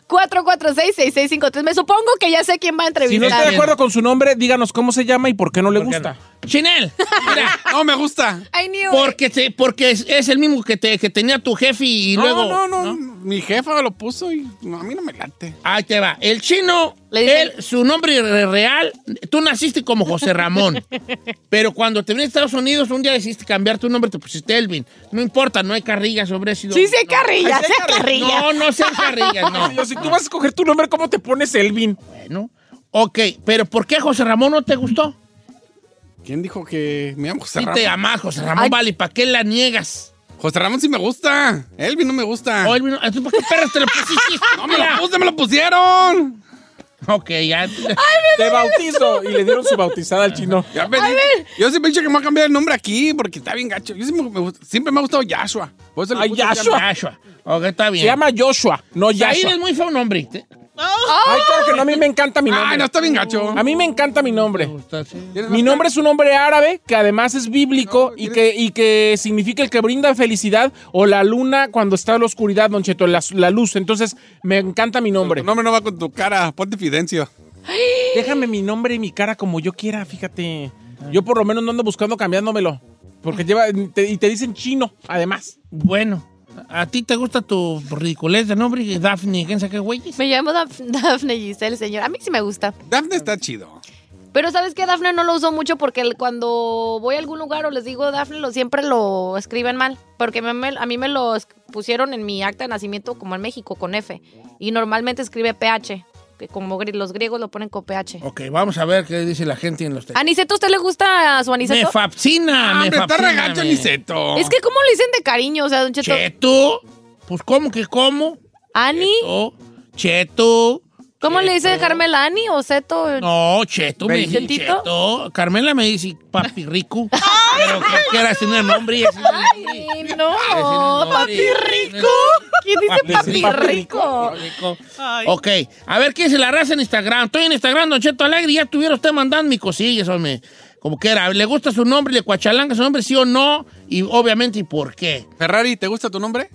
S3: 1866-446-6653. Me supongo que ya sé quién va a
S4: Si no
S3: entrevistar.
S4: está de acuerdo con su nombre, díganos cómo se llama y por qué no le gusta.
S2: Chinel, mira.
S8: no me gusta.
S3: I knew
S2: Porque, te- porque es, es el mismo que, te, que tenía tu jefe y
S8: No, no,
S2: luego...
S8: no, Mi jefa lo puso y no, a mí no me late.
S2: Ahí te va. El chino, él, su nombre re- real, tú naciste como José Ramón. pero cuando te viniste a Estados Unidos, un día decidiste cambiar tu nombre, te pusiste Elvin. No importa, no hay carrillas sobre eso.
S4: Sí, sí hay
S2: No.
S4: carrillas,
S2: Ay,
S4: sí hay carrillas.
S2: No, no sean carrillas, no.
S4: Pero si tú vas a escoger tu nombre, ¿cómo te pones Elvin?
S2: Bueno, ok, pero ¿por qué José Ramón no te gustó?
S8: ¿Quién dijo que me llamo José
S2: Sí
S8: Ramón?
S2: te amas, José Ramón, vale, ¿para qué la niegas? Oh,
S8: José Ramón sí me gusta. Elvin no me gusta.
S2: Elvin no. ¿Tú por qué perras te lo pusiste?
S8: no me lo puse, me lo pusieron.
S2: Ok, ya.
S4: Te bautizo. Y le dieron su bautizada al chino.
S8: Ya me di- Yo siempre he dicho que me voy a cambiar el nombre aquí porque está bien gacho. Yo siempre me, gust- siempre me ha gustado Joshua. Por eso le
S4: Ay,
S8: puse
S4: Joshua.
S2: Joshua. Ok, está bien.
S4: Se llama Joshua, no
S2: Zahir
S4: Joshua.
S2: es muy feo nombre. ¿eh?
S7: ¡Oh!
S4: Ay, claro que no, a mí me encanta mi nombre.
S8: Ay, Ah, no, está bien gacho.
S4: A mí me encanta mi nombre.
S8: ¿Tienes
S4: Mi
S8: más
S4: nombre es un nombre árabe que además es bíblico y, que, y que significa el que brinda felicidad o la luna cuando está la oscuridad, Don Cheto, la, la luz. Entonces, me encanta mi nombre. Tu
S8: nombre no va con tu cara, ponte fidencio.
S4: Déjame mi nombre y mi cara como yo quiera, fíjate. Yo por lo menos no ando buscando cambiándomelo. Porque lleva. te- y te dicen chino, además.
S2: Bueno, ¿a ti te gusta tu ridiculez de nombre? Daphne, ¿quién sabe qué güeyes?
S15: Me llamo Daf- Dafne Giselle, señor. A mí sí me gusta.
S8: Dafne está chido.
S15: Pero ¿sabes qué? Dafne no lo uso mucho porque el- cuando voy a algún lugar o les digo Dafne, lo, siempre lo escriben mal. Porque me- me- a mí me lo es- pusieron en mi acta de nacimiento como en México, con F. Y normalmente escribe PH, que como gri- los griegos lo ponen con PH.
S2: Ok, vamos a ver qué dice la gente en los
S4: Ah,
S2: textos.
S15: ¿Aniceto, usted le gusta a su Aniceto?
S2: Me fascina, me
S8: hombre, está
S2: fascina,
S8: regacho
S2: me.
S8: Aniceto.
S15: Es que ¿cómo le dicen de cariño? O sea, Don Cheto.
S2: Oh. Cheto. Pues ¿cómo que cómo?
S15: ¿Ani?
S2: Cheto. Cheto.
S15: ¿Cómo le dice Carmela? ¿Ani o Ceto?
S2: No, Cheto me dice
S15: ¿Chetito?
S2: Cheto. Carmela me dice papi rico. pero que quieras tener nombre y así.
S15: Ay, no.
S2: papi rico.
S15: ¿Quién
S2: Papi
S15: dice
S2: rico.
S15: papi rico?
S2: Ok, a ver qué dice la raza en Instagram. Estoy en Instagram, Don Cheto Alegre. Ya estuviera usted mandando mi cosillas, hombre. Como quiera. ¿Le gusta su nombre? ¿Le cuachalanga su nombre? ¿Sí o no? Y obviamente, ¿y por qué?
S8: Ferrari, ¿te gusta tu nombre?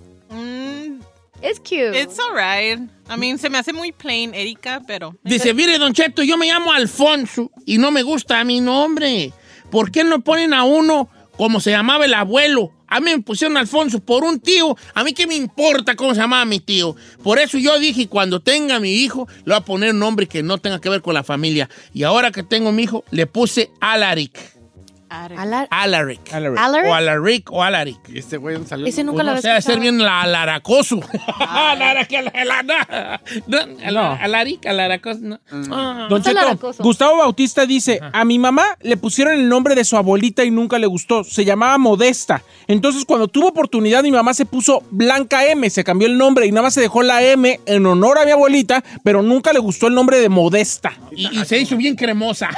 S15: It's cute.
S5: Mm, It's alright. I mean, se me hace muy plain, Erika, pero.
S2: Dice, mire, Don Cheto, yo me llamo Alfonso y no me gusta mi nombre. ¿Por qué no ponen a uno como se llamaba el abuelo? A mí me pusieron Alfonso por un tío. A mí qué me importa cómo se llamaba mi tío. Por eso yo dije, cuando tenga mi hijo, le voy a poner un nombre que no tenga que ver con la familia. Y ahora que tengo mi hijo, le puse Alaric.
S15: Alar-
S2: Alaric.
S15: Alaric.
S2: O Alaric o Alaric.
S8: ¿Y este güey dónde salió?
S15: Ese nunca lo
S2: O
S15: había
S2: sea, hacer
S15: escuchado.
S2: bien la alaracoso. Ah, Alaric, alaracoso. no.
S8: Mm.
S2: Ah.
S4: Don Cheto,
S2: Alaracoso.
S4: Gustavo Bautista dice, a mi mamá le pusieron el nombre de su abuelita y nunca le gustó, se llamaba Modesta. Entonces cuando tuvo oportunidad mi mamá se puso Blanca M, se cambió el nombre y nada más se dejó la M en honor a mi abuelita, pero nunca le gustó el nombre de Modesta.
S2: Y, y se hizo bien cremosa.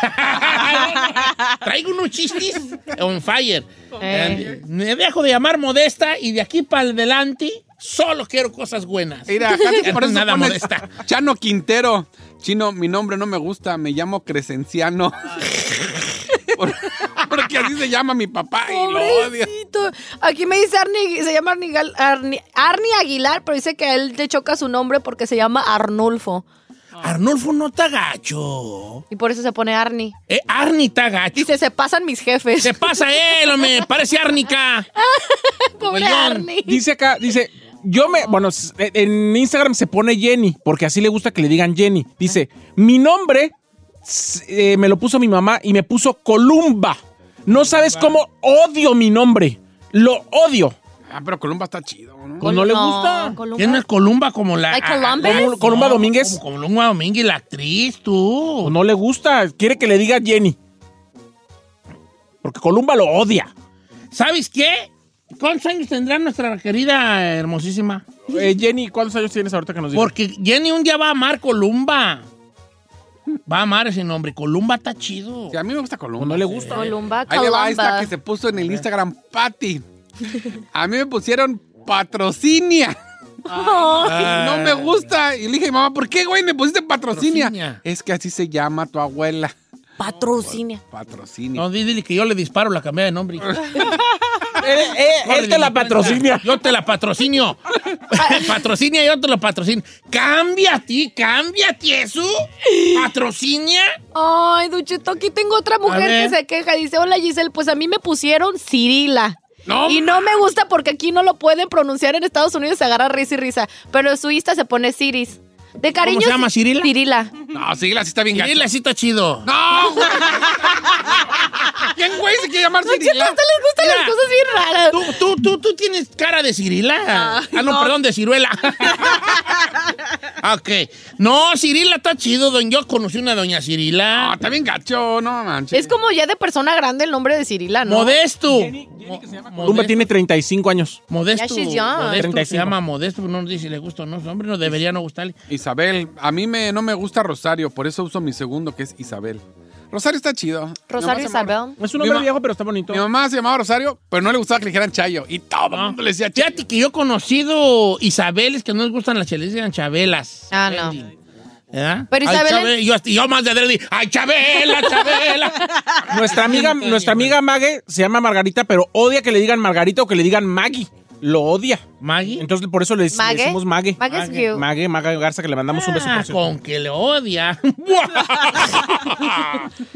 S2: Traigo unos chistes on fire.
S4: Eh.
S2: Me dejo de llamar modesta y de aquí para adelante solo quiero cosas buenas.
S8: Mira, casi
S2: Ya
S8: por
S2: no
S8: eso
S2: nada
S8: pones
S2: modesta.
S8: Chano Quintero. Chino, mi nombre no me gusta, me llamo Crescenciano. Por- porque así se llama mi papá y lo odio.
S15: Pobrecito. Aquí me dice Arnie, se llama Arnie, Gal- Arnie- Arnie Aguilar, pero dice que a él le choca su nombre porque se llama Arnulfo.
S2: Arnulfo no está gacho.
S15: Y por eso se pone Arnie.
S2: Eh, Arnie está gacho.
S15: Dice, se pasan mis jefes.
S2: Se pasa él, me parece árnica.
S15: Pobre
S4: Millón.
S15: Arnie.
S4: Dice acá, dice, yo me, bueno, s- eh, en Instagram se pone Jenny, porque así le gusta que le digan Jenny. Dice, mi nombre s- eh, me lo puso mi mamá y me puso Columba. No sabes cómo odio mi nombre. Lo odio.
S8: Ah, pero Columba está chido, ¿no?
S4: Pues no le gusta.
S2: ¿Quién es Columba como la.
S4: ¿Like
S2: a- a-
S4: Columbus?
S2: como-
S4: Columba
S2: no,
S4: Domínguez.
S2: Como Columba Domínguez, la actriz, tú.
S4: No le gusta. Quiere que le diga Jenny. Porque Columba lo odia.
S2: ¿Sabes qué? ¿Cuántos años tendrá nuestra querida eh, hermosísima?
S4: Eh, Jenny, ¿cuántos años tienes ahorita que nos digas?
S2: Porque Jenny un día va a amar Columba. Va a amar ese nombre. Columba está chido. Pues
S8: Sí, a mí me gusta Columba.
S4: no le gusta.
S15: Columba,
S8: Ahí le va esta
S15: Columba.
S8: que se puso en el Instagram, Patty. A mí me pusieron patrocinia.
S15: Ay.
S8: No me gusta. Y le dije, mamá, ¿por qué, güey, me pusiste patrocinia?
S2: Patrocinia.
S8: Es que así se llama tu abuela.
S15: Patrocinia.
S8: Patrocinia.
S2: Eh, No, dí- dile que yo le disparo la cambiada de nombre.
S4: él te la patrocina.
S2: Yo te la patrocinio. patrocina, yo te lo patrocino. Cámbiate, cámbiate eso. Patrocinia.
S15: Ay, Duchito, aquí tengo otra mujer que
S2: ver.
S15: se queja. Dice, hola Giselle, pues a mí me pusieron Cirila.
S2: No
S15: y no me gusta porque aquí no lo pueden pronunciar en Estados Unidos, se agarra risa y risa. Pero en su Insta se pone Ciris. De cariño.
S2: se llama, Cirila?
S15: Cirila.
S8: No, sí, la sí está bien gacha.
S2: Y la cita chido.
S8: ¡No! güey. ¿Quién güey se quiere llamar
S15: Duchito, a
S8: Cirila?
S15: usted les gustan las cosas bien raras.
S2: Tú, tú, tú, tú tienes cara de Cirila. Ah, no, perdón, de ciruela. ok. No, Cirila está chido. Don. Yo conocí una doña Cirila. No,
S8: está bien gacho, no manches.
S15: Es como ya de persona grande el nombre de Cirila, ¿no?
S2: Modesto.
S4: Tumba tiene 35 años.
S2: Modesto.
S15: Ya she's young.
S2: Modesto,
S4: 35.
S2: se llama Modesto, no nos dice si le gusta o no. Hombre, no debería no gustarle.
S8: Isabel, a mí me, no me gusta Rosario, por eso uso mi segundo, que es Isabel. Rosario está chido.
S15: Rosario
S8: Mi mamá se llamaba-
S15: Isabel.
S4: Es un hombre
S8: Mi ma-
S4: viejo, pero está bonito.
S8: Mi mamá se llamaba Rosario, pero no le gustaba que le dijeran Chayo. Y todo el mundo le decía Chayo.
S2: Fíjate que yo he conocido Isabeles que no les gustan las chelas, eran chabelas.
S15: Ah, no.
S2: ¿Verdad?
S15: Pero
S2: ¿Eh? Ay,
S15: Isabeles-
S2: Chabe- yo, hasta- yo más de adrede, ¡ay, Chabela, Chabela!
S4: Nuestra amiga, nuestra amiga Mague se llama Margarita, pero odia que le digan Margarita o que le digan Maggie. Lo odia.
S2: ¿Maggie?
S4: Entonces por eso le, dec- le
S15: Mague.
S4: decimos Mague.
S15: Mague es cute.
S4: Mague, Maga Garza, que le mandamos un beso.
S2: Ah,
S4: por cierto.
S2: con que le odia.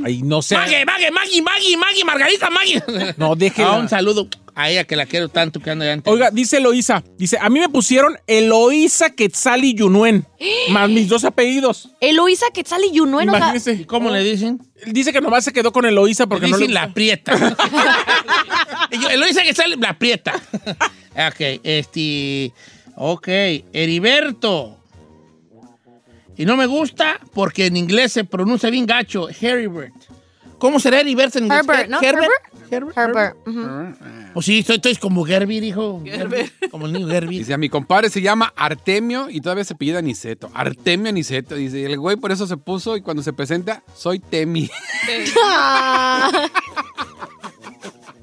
S4: Ay, no sé.
S2: Maggie, Maggie, Maggie, Maggie, Maggie, Margarita, Maggie.
S4: No, déjela.
S2: Ah, un saludo a ella que la quiero tanto que anda allá en
S4: Oiga, dice Eloísa, dice, a mí me pusieron Eloísa Quetzal y Yunuen, más mis dos apellidos.
S15: Eloisa Quetzal y Yunuen, o sea,
S4: Imagínese.
S2: ¿Y cómo le dicen?
S4: Dice que nomás se quedó con Eloísa porque
S2: Le
S4: no le
S2: dicen la prieta.
S15: Ah.
S2: Y yo- Lo dice que sale la prieta. ok, este. Ok, Heriberto. Y no me gusta porque en inglés se pronuncia bien gacho. Heribert. ¿Cómo será Heriberto en inglés?
S15: Herbert, ¿no?
S2: Herbert.
S15: Herbert. Herbert. ujú.
S2: Pues sí, estoy, estoy como Gerby, dijo. Como el niño Gerby.
S8: Dice, a mi compadre se llama Artemio y todavía se pide Niceto. Artemio Niceto. Dice, y el güey por eso se puso y cuando se presenta, soy Temi.
S15: Ah,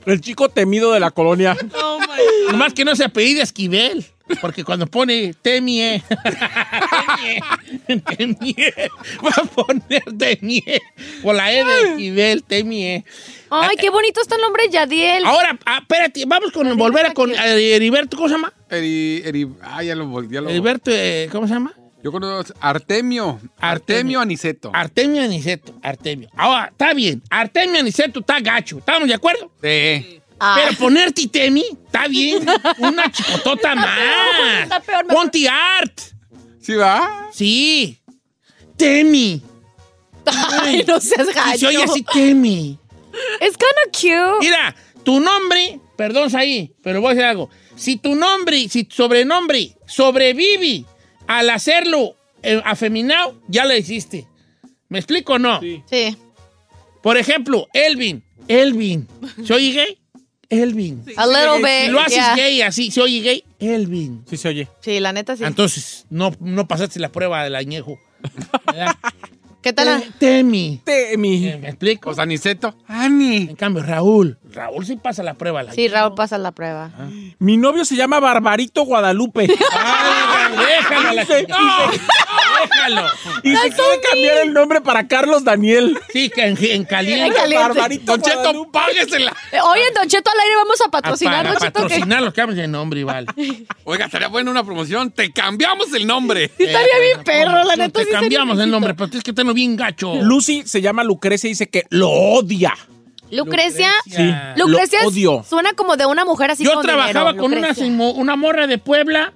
S4: El chico temido de la colonia.
S5: Oh my God.
S2: Nomás que no se apellida Esquivel. Porque cuando pone Temie, Temie, Temie, va a poner Temie, con la E de Esquivel, Temie. Ah,
S15: Ay, qué bonito está el nombre Yadiel.
S2: Ahora, ah, espérate, vamos con volver a con eh, Heriberto, ¿cómo se llama?
S8: Eri, Eri- ah, ya lo, vol- ya lo-
S2: Heriberto, eh, ¿cómo se llama?
S8: Yo conozco Artemio. Artemio Aniceto.
S2: Artemio Aniceto, Artemio. Ahora, está bien, Artemio Aniceto está gacho, ¿estamos de acuerdo?
S8: Sí.
S15: Ah.
S2: Pero ponerte Temi, está bien, una chicotota más.
S15: está peor, mejor.
S2: Ponte Art,
S8: ¿Sí va?
S2: sí. Temi.
S15: Ay, no seas
S2: Y se
S15: gacho.
S2: oye así, Temi.
S15: Es kinda cute.
S2: Mira, tu nombre, perdón, ahí, pero voy a decir algo. Si tu nombre, si tu sobrenombre sobrevive al hacerlo eh, afeminado, ya lo hiciste. ¿Me explico o no?
S15: Sí.
S2: Por ejemplo, Elvin. Elvin. ¿Se oye gay? Elvin.
S15: A little bit.
S2: Si lo haces
S15: yeah.
S2: gay así, ¿se oye gay? Elvin.
S4: Sí se oye.
S15: Sí, la neta sí.
S2: Entonces, no, no pasaste la prueba del añejo. ¿Verdad?
S15: ¿Qué tal?
S2: Te- Temi.
S4: Temi.
S2: Eh, ¿Me explico?
S8: O sea, Aniceto. Ani.
S2: en cambio, Raúl. Raúl sí pasa la prueba. La
S15: Sí, Raúl pasa la prueba.
S4: Mi novio se llama Barbarito Guadalupe.
S2: Ay, déjalo a la
S4: Dice-
S2: chingada. Déjalo.
S4: y se quiere cambiar el nombre para Carlos Daniel.
S2: Sí, que en, en
S15: En
S2: caliente.
S15: caliente.
S4: Barbarito
S8: Don Cheto,
S4: Guadalupe.
S8: páguesela.
S15: Eh, Oye, Don Cheto al aire vamos a
S2: A-
S15: patrocinar,
S2: Ah, para
S15: Don Cheto. que-
S2: patrocinar los cambios de nombre, vale.
S8: Oiga, estaría buena una promoción. Te cambiamos el nombre.
S15: Estaría bien perro, la neta. sí
S2: Te
S15: sería
S2: cambiamos el
S15: éxito.
S2: nombre, pero tienes que tenerlo bien gacho.
S4: Lucy se llama Lucrecia y dice que lo odia.
S15: Lucrecia.
S4: Sí. Lo
S15: Lucrecia es-
S4: odio.
S15: suena como de una mujer así
S2: Yo
S15: con
S2: trabajaba
S15: dinero,
S2: con una,
S15: Lucrecia.
S2: simo- una morra de Puebla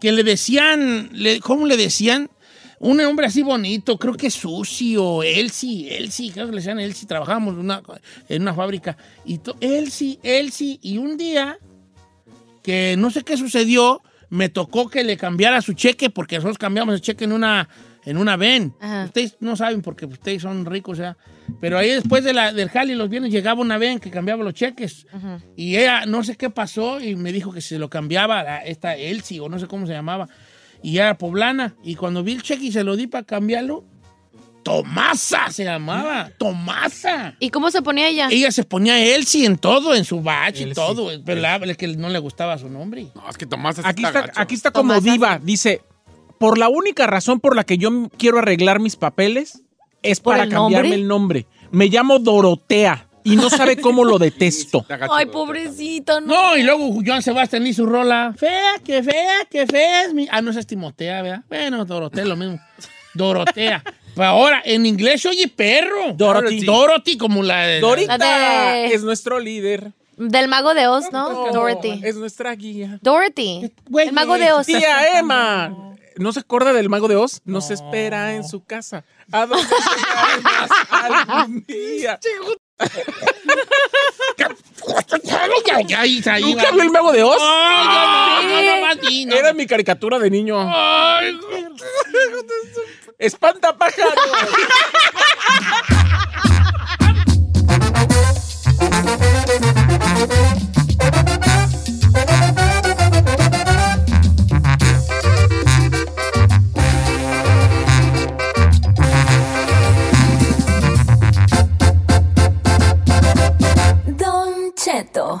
S2: que le decían, le- ¿cómo le decían? Un hombre así bonito, creo que Susi o Elsie, Elsie, creo que le decían Elsie, trabajábamos en una, en una fábrica. Y to- Elsie, Elsie, y un día que no sé qué sucedió, me tocó que le cambiara su cheque porque nosotros cambiamos el cheque en una en una ven.
S15: Ajá.
S2: Ustedes no saben porque ustedes son ricos, o sea, pero ahí después de la, del jali los viernes llegaba una ven que cambiaba los cheques. Y ella no sé qué pasó y me dijo que se lo cambiaba a la- esta Elsie o no sé cómo se llamaba. Y era poblana y cuando vi el cheque y se lo di para cambiarlo, Tomasa se llamaba, Tomasa.
S15: ¿Y cómo se ponía ella?
S2: Ella se ponía Elsie en todo, en su batch y todo, pero la- es que no le gustaba su nombre.
S8: No, es que Tomás así
S4: Aquí está,
S8: gacho.
S4: aquí está como
S2: ¿eh?
S15: Tomasa.
S4: diva. Dice, por la única razón por la que yo m- quiero arreglar mis papeles es
S15: ¿Por
S4: para
S15: el
S4: cambiarme
S15: nombre?
S4: el nombre. Me llamo Dorotea. y no sabe cómo lo detesto.
S15: Ay, pobrecito, no.
S2: No, y luego Joan Sebastián y su rola. Fea, que fea, que fea es mi. Ah, no, esa es Timotea, ¿verdad? Bueno, Dorotea es lo mismo. Dorotea. Pero ahora, en inglés oye perro.
S4: Dorothy.
S2: Dorothy, como la de.
S4: Dorita
S15: La de-
S4: es nuestro líder.
S15: Del mago de Oz, ¿no?
S4: No,
S15: Dorothy.
S4: Es nuestra guía.
S15: Dorothy. El mago de Oz.
S4: Tía Emma. ¿No se acuerda del mago de Oz? Nos espera en su casa. ¿A dónde llegaremos algún día?
S2: Ya, ya, ahí, ahí
S4: ¿Nunca
S2: va.
S4: vio el mago de Oz?
S2: Ay, ya no, no, no, no, más ni, no.
S4: Era mi caricatura de niño.
S2: Ay,
S4: ¡Espanta pájaro!
S9: Don Cheto.